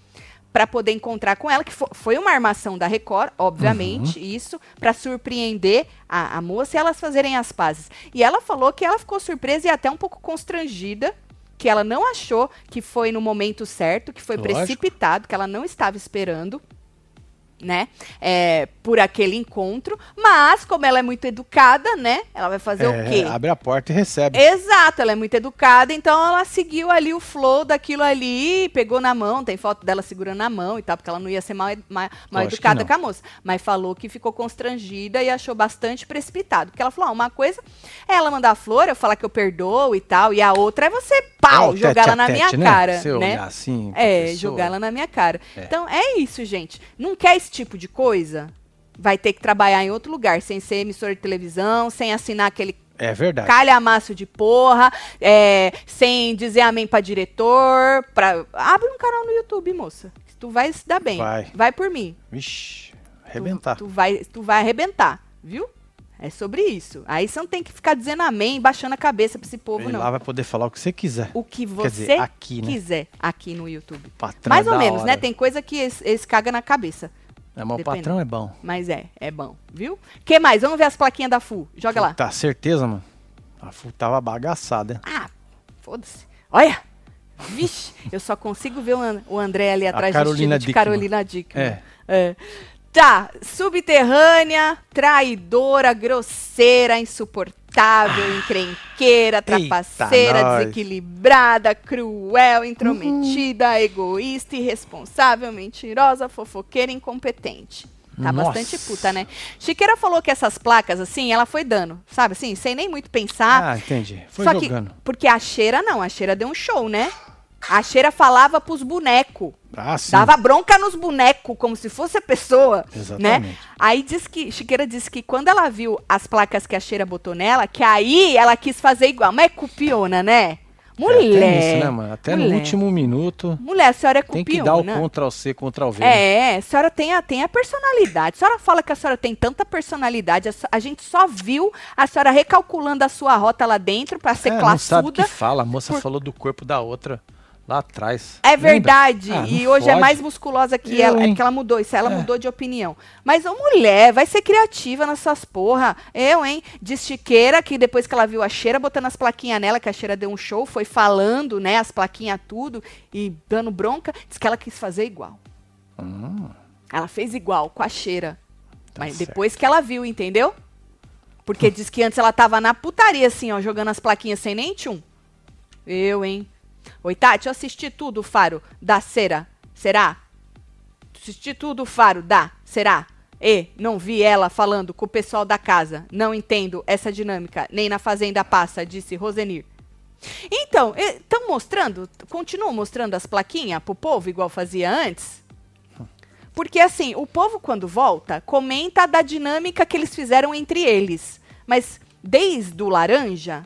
[SPEAKER 1] para poder encontrar com ela, que fo- foi uma armação da Record,
[SPEAKER 2] Uhum.
[SPEAKER 1] obviamente, isso, para surpreender a, a moça e elas fazerem as pazes. E ela falou que ela ficou surpresa e até um pouco constrangida, que ela não achou que foi no momento certo, que foi
[SPEAKER 2] Lógico.
[SPEAKER 1] precipitado, que ela não estava esperando. né? É, por aquele encontro. Mas, como ela é muito educada, né? Ela vai fazer o
[SPEAKER 2] É,
[SPEAKER 1] quê?
[SPEAKER 2] Abre a porta e recebe.
[SPEAKER 1] Exato, ela é muito educada, então ela seguiu ali o flow daquilo ali, pegou na mão, tem foto dela segurando na mão e tal, porque ela não ia ser mal, mal, mal
[SPEAKER 2] Lógico que
[SPEAKER 1] educada
[SPEAKER 2] não.
[SPEAKER 1] com a moça. Mas falou que ficou constrangida e achou bastante precipitado. Porque ela falou: ah, uma coisa é ela mandar a flor, eu falar que eu perdoo e tal, e a outra é você, pau,
[SPEAKER 2] Ó, o
[SPEAKER 1] jogar
[SPEAKER 2] tete
[SPEAKER 1] ela
[SPEAKER 2] a
[SPEAKER 1] na
[SPEAKER 2] tete,
[SPEAKER 1] minha
[SPEAKER 2] né?
[SPEAKER 1] cara.
[SPEAKER 2] Você
[SPEAKER 1] né?
[SPEAKER 2] olhar assim pra
[SPEAKER 1] É,
[SPEAKER 2] pessoa.
[SPEAKER 1] jogar ela na minha cara.
[SPEAKER 2] É.
[SPEAKER 1] Então é isso, gente. Não quer esse tipo de coisa? Vai ter que trabalhar em outro lugar, sem ser emissora de televisão, sem assinar aquele
[SPEAKER 2] É verdade.
[SPEAKER 1] calhamaço de porra, é, sem dizer amém pra diretor. Pra... Abre um canal no YouTube, moça. Tu vai se dar bem.
[SPEAKER 2] Vai.
[SPEAKER 1] por mim.
[SPEAKER 2] Vixe,
[SPEAKER 1] Tu-
[SPEAKER 2] arrebentar.
[SPEAKER 1] Tu, vai, tu vai arrebentar, viu? É sobre isso. Aí você não tem que ficar dizendo amém, baixando a cabeça pra esse povo,
[SPEAKER 2] e
[SPEAKER 1] não.
[SPEAKER 2] lá vai poder falar o que você quiser.
[SPEAKER 1] O que
[SPEAKER 2] Quer
[SPEAKER 1] você
[SPEAKER 2] dizer, aqui, né?
[SPEAKER 1] quiser aqui no YouTube.
[SPEAKER 2] Patrão
[SPEAKER 1] Mais
[SPEAKER 2] é
[SPEAKER 1] ou
[SPEAKER 2] da
[SPEAKER 1] menos, né?
[SPEAKER 2] hora.
[SPEAKER 1] Tem coisa que eles, eles cagam na cabeça.
[SPEAKER 2] É, mas o
[SPEAKER 1] Depende.
[SPEAKER 2] patrão é bom.
[SPEAKER 1] Mas é, é bom, viu? que mais? Vamos ver as plaquinhas da FU. Joga lá.
[SPEAKER 2] Tá, certeza, mano. A Fu tava bagaçada. hein?
[SPEAKER 1] Ah, foda-se. Olha! Vixe, eu só consigo ver o An- o André ali atrás
[SPEAKER 2] Carolina
[SPEAKER 1] vestido de
[SPEAKER 2] Dickman.
[SPEAKER 1] Carolina Dickman.
[SPEAKER 2] É.
[SPEAKER 1] É. Tá, subterrânea, traidora, grosseira, insuportável, encrenqueira, trapaceira,
[SPEAKER 2] Ah. nós.
[SPEAKER 1] desequilibrada, cruel, intrometida,
[SPEAKER 2] Uhum.
[SPEAKER 1] egoísta, irresponsável, mentirosa, fofoqueira, incompetente. Tá
[SPEAKER 2] Nossa.
[SPEAKER 1] bastante puta, né? Chiqueira falou que essas placas, assim, ela foi dando, sabe assim, sem nem muito pensar.
[SPEAKER 2] Ah, entendi. Foi
[SPEAKER 1] Só
[SPEAKER 2] jogando.
[SPEAKER 1] que, porque a Cheira não, a Cheira deu um show, né? A Cheira falava pros bonecos.
[SPEAKER 2] Ah, sim.
[SPEAKER 1] Dava bronca nos bonecos, como se fosse a pessoa,
[SPEAKER 2] Exatamente.
[SPEAKER 1] né? Aí diz que, Chiqueira disse que quando ela viu as placas que a Cheira botou nela, que aí ela quis fazer igual. Mas é cupiona, né?
[SPEAKER 2] É, tem
[SPEAKER 1] Mulher.
[SPEAKER 2] isso, né, mano? Até no
[SPEAKER 1] mulher.
[SPEAKER 2] último minuto
[SPEAKER 1] Mulher, a senhora é
[SPEAKER 2] tem
[SPEAKER 1] cupiona.
[SPEAKER 2] que dar o Ctrl C, Ctrl V. né?
[SPEAKER 1] É, a senhora tem a, tem a personalidade. A senhora fala que a senhora tem tanta personalidade. A, so- a gente só viu a senhora recalculando a sua rota lá dentro pra ser
[SPEAKER 2] É, não sabe o que
[SPEAKER 1] classuda.
[SPEAKER 2] fala. A moça
[SPEAKER 1] por-
[SPEAKER 2] falou do corpo da outra lá atrás.
[SPEAKER 1] É
[SPEAKER 2] Lembra?
[SPEAKER 1] verdade.
[SPEAKER 2] Ah, não
[SPEAKER 1] e hoje é
[SPEAKER 2] fode.
[SPEAKER 1] mais musculosa que
[SPEAKER 2] Eu,
[SPEAKER 1] ela. É
[SPEAKER 2] hein?
[SPEAKER 1] porque ela mudou isso. Ela
[SPEAKER 2] É.
[SPEAKER 1] mudou de opinião. Mas, ô mulher, vai ser criativa nessas porra. Eu, hein? De chiqueira, que depois que ela viu a cheira botando as plaquinhas nela, que a cheira deu um show, foi falando, né? As plaquinhas tudo e dando bronca. Diz que ela quis fazer igual.
[SPEAKER 2] Hum,
[SPEAKER 1] Ela fez igual com a cheira.
[SPEAKER 2] Tá
[SPEAKER 1] mas
[SPEAKER 2] certo.
[SPEAKER 1] depois que ela viu, entendeu? Porque diz que antes ela tava na putaria, assim, ó, jogando as plaquinhas sem nem tchum. Eu, hein? Oi, Tati, eu assisti tudo, Faro, da Cera. Será? Assisti tudo, Faro, da Será? E não vi ela falando com o pessoal da casa. Não entendo essa dinâmica. Nem na Fazenda Passa, disse Rosenir. Então, estão mostrando, continuam mostrando as plaquinhas pro povo, igual fazia antes? Porque assim, o povo quando volta, comenta da dinâmica que eles fizeram entre eles. Mas desde o laranja,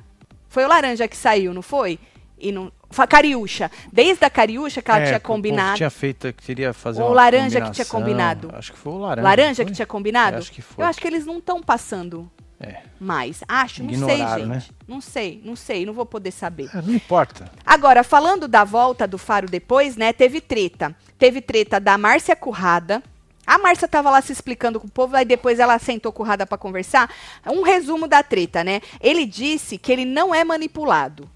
[SPEAKER 1] foi o laranja que saiu, não foi? E não, fa- cariúcha. Desde a cariúcha que ela
[SPEAKER 2] é,
[SPEAKER 1] tinha
[SPEAKER 2] que o povo
[SPEAKER 1] combinado.
[SPEAKER 2] Tinha feito, que queria fazer
[SPEAKER 1] Ou
[SPEAKER 2] uma
[SPEAKER 1] laranja que tinha
[SPEAKER 2] combinação.
[SPEAKER 1] combinado.
[SPEAKER 2] Acho que foi o laranja.
[SPEAKER 1] Laranja que
[SPEAKER 2] foi?
[SPEAKER 1] tinha combinado?
[SPEAKER 2] Eu acho que foi.
[SPEAKER 1] Eu acho que eles não estão passando
[SPEAKER 2] É.
[SPEAKER 1] mais. Acho, não sei,
[SPEAKER 2] Ignoraram,
[SPEAKER 1] gente.
[SPEAKER 2] né?
[SPEAKER 1] Não sei, não sei, não vou poder saber.
[SPEAKER 2] É, não importa.
[SPEAKER 1] Agora, falando da volta do Faro depois, né? Teve treta. Teve treta da Márcia Currada. A Márcia tava lá se explicando com o povo, aí depois ela sentou currada pra conversar. Um resumo da treta, né? Ele disse que ele não é manipulado.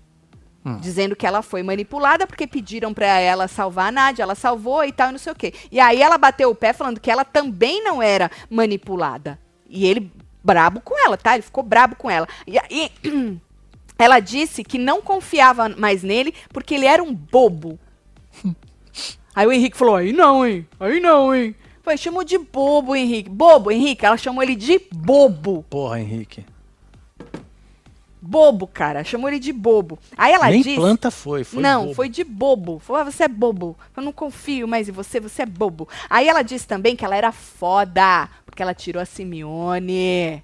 [SPEAKER 2] Hum.
[SPEAKER 1] Dizendo que ela foi manipulada porque pediram pra ela salvar a Nádia, ela salvou e tal, e não sei o quê. E aí ela bateu o pé falando que ela também não era manipulada. E ele brabo com ela, tá? Ele ficou brabo com ela. E, e ela disse que não confiava mais nele porque ele era um bobo. Aí o Henrique falou: aí não, hein? Aí não, hein? Foi, chamou de bobo, Henrique. Bobo, Henrique. Ela chamou ele de bobo.
[SPEAKER 2] Porra, Henrique.
[SPEAKER 1] Bobo, cara. Chamou ele de bobo. Aí ela
[SPEAKER 2] Nem
[SPEAKER 1] disse.
[SPEAKER 2] planta foi. foi
[SPEAKER 1] não,
[SPEAKER 2] bobo.
[SPEAKER 1] foi de bobo. Falou, ah, você é bobo. Eu não confio mais em você, você é bobo. Aí ela disse também que ela era foda, porque ela tirou a Simeone.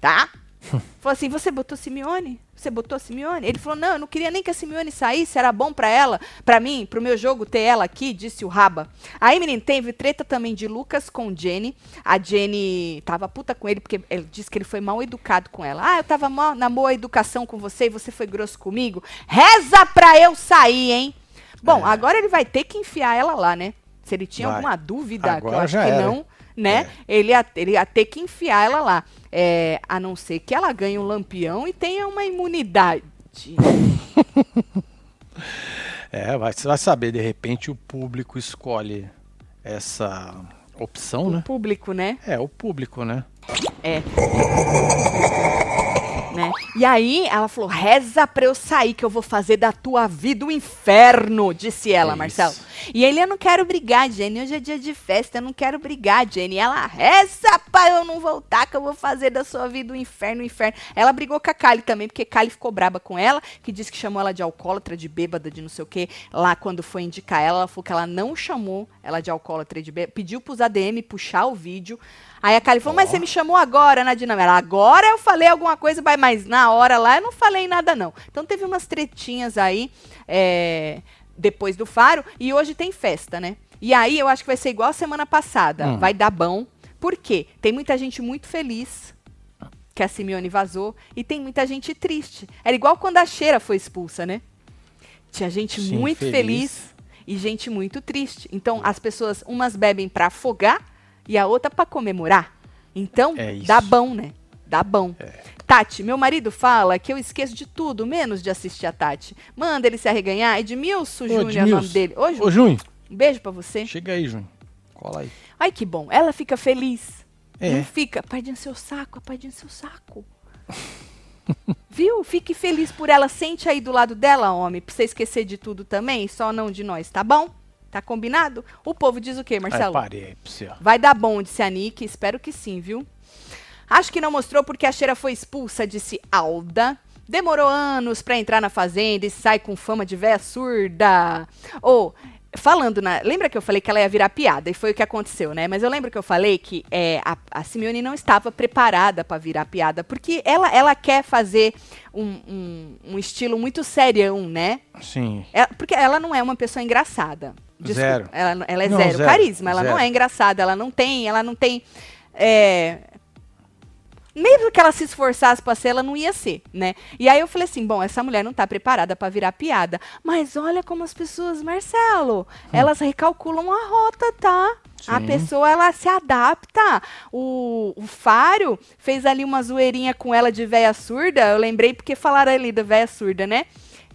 [SPEAKER 1] Tá? falou assim: você botou Simeone? Você botou Simeone? Ele falou: não, eu não queria nem que a Simeone saísse, era bom pra ela, pra mim, pro meu jogo ter ela aqui, disse o Raba. Aí, menino, teve treta também de Lucas com Jenny. A Jenny tava puta com ele, porque ele disse que ele foi mal educado com ela. Ah, eu tava mal, na boa educação com você e você foi grosso comigo. Reza pra eu sair, hein? Bom, agora ele vai ter que enfiar ela lá, né? Se ele tinha
[SPEAKER 2] Vai.
[SPEAKER 1] alguma dúvida, que
[SPEAKER 2] Agora
[SPEAKER 1] eu acho
[SPEAKER 2] já
[SPEAKER 1] que
[SPEAKER 2] era. É.
[SPEAKER 1] não né? Ele, ia, ele ia ter que enfiar ela lá. É, a não ser que ela ganhe um lampião e tenha uma imunidade. né?
[SPEAKER 2] É, vai, você vai saber, de repente o público escolhe essa Opção, né?
[SPEAKER 1] Público, né?
[SPEAKER 2] É, o público, né?
[SPEAKER 1] né? E aí ela falou: reza pra eu sair, que eu vou fazer da tua vida um inferno, disse ela,
[SPEAKER 2] É
[SPEAKER 1] Marcelo.
[SPEAKER 2] isso.
[SPEAKER 1] E ele, eu não quero brigar, Jenny. Hoje é dia de festa, eu não quero brigar, Jenny. Ela reza pra eu não voltar, que eu vou fazer da sua vida um inferno, um inferno. Ela brigou com a Kali também, porque Kali ficou braba com ela, que disse que chamou ela de alcoólatra, de bêbada, de não sei o quê. Lá quando foi indicar ela, ela falou que ela não chamou ela de alcoólatra e de bêbada. Pediu pros ADM puxar o vídeo. Aí a Kali falou, mas você me chamou agora na dinâmica. Ela, Agora eu falei alguma coisa, mas- mas na hora lá eu não falei nada, não. Então teve umas tretinhas aí. é, depois do Faro, e hoje tem festa, né? E aí eu acho que vai ser igual a semana passada,
[SPEAKER 2] Hum.
[SPEAKER 1] vai dar bom. Por quê? Tem muita gente muito feliz que a Simeone vazou e tem muita gente triste. Era igual quando a Cheira foi expulsa, né? Tinha gente
[SPEAKER 2] Sim,
[SPEAKER 1] muito feliz.
[SPEAKER 2] feliz.
[SPEAKER 1] e gente muito triste. Então as pessoas umas bebem pra afogar e a outra pra comemorar. Então
[SPEAKER 2] É isso. É.
[SPEAKER 1] dá bom, né? Dá bom. Tati, meu marido fala que eu esqueço de tudo, menos de assistir a Tati. Manda ele se arreganhar. Edmilson Júnior é o nome
[SPEAKER 2] Edmilson.
[SPEAKER 1] dele. Ô, Ju,
[SPEAKER 2] Ô, Junho,
[SPEAKER 1] um beijo pra você.
[SPEAKER 2] chega aí, Junho. Cola aí.
[SPEAKER 1] Ai, que bom. Ela fica feliz.
[SPEAKER 2] É.
[SPEAKER 1] Não fica. Pardinha seu saco, pardinha seu saco. Viu? Fique feliz por ela. Sente aí do lado dela, homem, pra você esquecer de tudo também, só não de nós, tá bom? Tá combinado? O povo diz o quê,
[SPEAKER 2] Aí,
[SPEAKER 1] Marcelo?
[SPEAKER 2] parei aí pra você, ó.
[SPEAKER 1] Vai dar bom, disse a Nick. Espero que sim, viu? Acho que não mostrou porque a cheira foi expulsa, disse Alda. Demorou anos pra entrar na fazenda e sai com fama de véia surda. Ô, falando na. Lembra que eu falei que ela ia virar piada e foi o que aconteceu, né? Mas eu lembro que eu falei que é, a, a Simeone não estava preparada pra virar piada, porque ela, ela quer fazer um, um- um estilo muito serião, né?
[SPEAKER 2] Sim.
[SPEAKER 1] Ela- porque ela não é uma pessoa engraçada.
[SPEAKER 2] Zero.
[SPEAKER 1] Ela, ela é
[SPEAKER 2] Não,
[SPEAKER 1] zero.
[SPEAKER 2] zero.
[SPEAKER 1] Carisma, ela não
[SPEAKER 2] Zero.
[SPEAKER 1] é engraçada, ela não tem, ela não tem. é, mesmo que ela se esforçasse pra ser, ela não ia ser, né? E aí eu falei assim, bom, essa mulher não tá preparada pra virar piada. Mas olha como as pessoas, Marcelo,
[SPEAKER 2] Hum.
[SPEAKER 1] elas recalculam a rota, tá? A
[SPEAKER 2] Sim.
[SPEAKER 1] pessoa, ela se adapta. O, o Faro fez ali uma zoeirinha com ela de véia surda. Eu lembrei porque falaram ali da véia surda, né?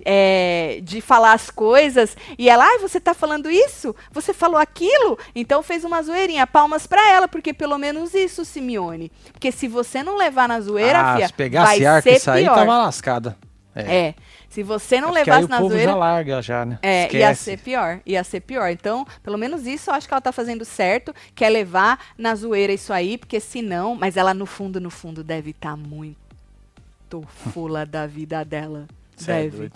[SPEAKER 1] É, de falar as coisas. E ela, ai, você tá falando isso? Você falou aquilo? Então fez uma zoeirinha. Palmas pra ela, porque pelo menos isso, Simeone. Porque se você não levar na zoeira,
[SPEAKER 2] ah,
[SPEAKER 1] fia,
[SPEAKER 2] se pegasse
[SPEAKER 1] vai
[SPEAKER 2] arco
[SPEAKER 1] ser
[SPEAKER 2] e sair,
[SPEAKER 1] pior.
[SPEAKER 2] tava lascada.
[SPEAKER 1] É. Se você não
[SPEAKER 2] É porque aí
[SPEAKER 1] levasse
[SPEAKER 2] o
[SPEAKER 1] na
[SPEAKER 2] povo
[SPEAKER 1] zoeira,
[SPEAKER 2] já larga, já, né?
[SPEAKER 1] é,
[SPEAKER 2] Esquece.
[SPEAKER 1] ia ser pior, ia ser pior. Então, pelo menos isso eu acho que ela tá fazendo certo, quer levar na zoeira isso aí, porque se não, mas ela no fundo, no fundo deve estar muito fula da vida dela.
[SPEAKER 2] Cê é
[SPEAKER 1] Deve,
[SPEAKER 2] doido.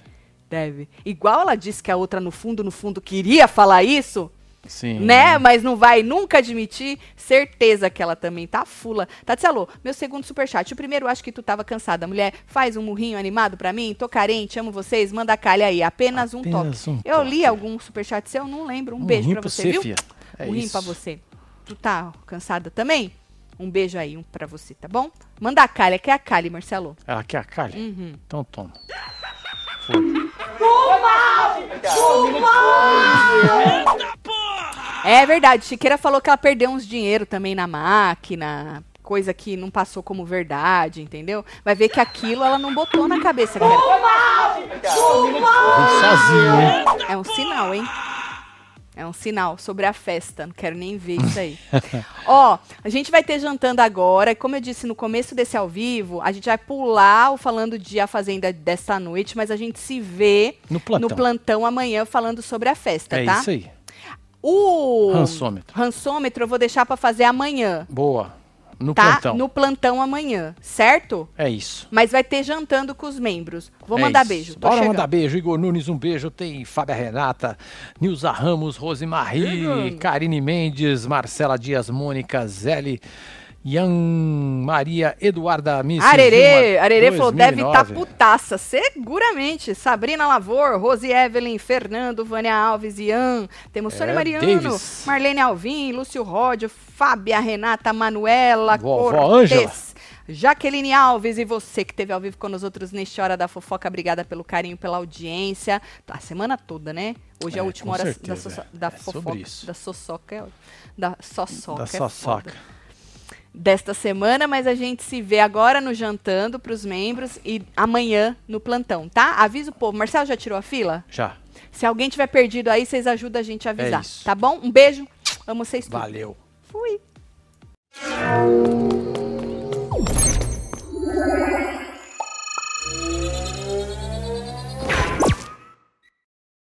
[SPEAKER 1] deve. Igual ela disse que a outra no fundo, no fundo queria falar isso,
[SPEAKER 2] Sim.
[SPEAKER 1] né? Mas não vai nunca admitir. Certeza que ela também tá fula. Tati alô, meu segundo superchat. O primeiro, acho que tu tava cansada. Mulher, faz um murrinho animado pra mim. Tô carente, amo vocês. Manda a calha aí. Apenas, um toque.
[SPEAKER 2] Apenas um
[SPEAKER 1] Eu li
[SPEAKER 2] toque.
[SPEAKER 1] algum superchat seu, não lembro. Um, beijo
[SPEAKER 2] rim
[SPEAKER 1] pra você, viu?
[SPEAKER 2] fia. É
[SPEAKER 1] um rim
[SPEAKER 2] isso.
[SPEAKER 1] pra você. Tu tá cansada também? Um beijo aí, um pra você, tá bom? Manda a calha, que é a calha, Marcelo.
[SPEAKER 2] Ela quer a Ah, calha?
[SPEAKER 1] Uhum.
[SPEAKER 2] Então toma.
[SPEAKER 1] É verdade, Chiqueira falou que ela perdeu uns dinheiro também na máquina, coisa que não passou como verdade, entendeu? Vai ver que aquilo ela não botou na cabeça. Que era-
[SPEAKER 2] Vem sozinho, hein?
[SPEAKER 1] É um sinal, hein? É um sinal sobre a festa, não quero nem ver isso aí. Ó, a gente vai ter jantando agora, e como eu disse no começo desse ao vivo, a gente vai pular o falando de A Fazenda desta noite, mas a gente se vê
[SPEAKER 2] No plantão.
[SPEAKER 1] no plantão amanhã falando sobre a festa,
[SPEAKER 2] é
[SPEAKER 1] tá?
[SPEAKER 2] isso aí.
[SPEAKER 1] O
[SPEAKER 2] Rançômetro.
[SPEAKER 1] rançômetro eu vou deixar pra fazer amanhã.
[SPEAKER 2] Boa. No
[SPEAKER 1] tá
[SPEAKER 2] plantão.
[SPEAKER 1] no plantão amanhã, certo?
[SPEAKER 2] É isso.
[SPEAKER 1] Mas vai ter jantando com os membros. Vou
[SPEAKER 2] É
[SPEAKER 1] mandar
[SPEAKER 2] isso.
[SPEAKER 1] beijo. Tô
[SPEAKER 2] Bora
[SPEAKER 1] chegando.
[SPEAKER 2] mandar beijo. Igor Nunes, um beijo. Tem Fábia Renata, Nilza Ramos, Rosemarie, Karine Mendes, Marcela Dias, Mônica, Zeli, Ian, Maria, Eduarda Miss.
[SPEAKER 1] Arerê, Arerê falou, deve tá estar putaça, seguramente. Sabrina Lavor, Rose Evelyn, Fernando, Vânia Alves, Ian, temos Sônia
[SPEAKER 2] É,
[SPEAKER 1] Mariano,
[SPEAKER 2] Davis.
[SPEAKER 1] Marlene Alvim, Lúcio Ródio, Fábia Renata, Manuela,
[SPEAKER 2] Vovó
[SPEAKER 1] Cortes,
[SPEAKER 2] Ângela.
[SPEAKER 1] Jaqueline Alves e você que esteve ao vivo com nós outros neste Hora da Fofoca, obrigada pelo carinho, pela audiência. Tá, a semana toda, né? Hoje é, a
[SPEAKER 2] É,
[SPEAKER 1] última
[SPEAKER 2] com
[SPEAKER 1] hora da,
[SPEAKER 2] certeza.
[SPEAKER 1] soça- da
[SPEAKER 2] É sobre
[SPEAKER 1] fofoca,
[SPEAKER 2] isso.
[SPEAKER 1] da soçoca, é ótimo. da soçoca.
[SPEAKER 2] Da
[SPEAKER 1] é
[SPEAKER 2] sua
[SPEAKER 1] foda
[SPEAKER 2] Tá soca.
[SPEAKER 1] desta semana, mas a gente se vê agora no jantando para os membros e amanhã no plantão, tá? Avisa o povo. Marcelo já tirou a fila?
[SPEAKER 2] Já.
[SPEAKER 1] Se alguém tiver perdido aí, vocês ajudam a gente a avisar,
[SPEAKER 2] isso.
[SPEAKER 1] tá bom? Um beijo. Amo vocês tudo.
[SPEAKER 2] Valeu.
[SPEAKER 1] Fui!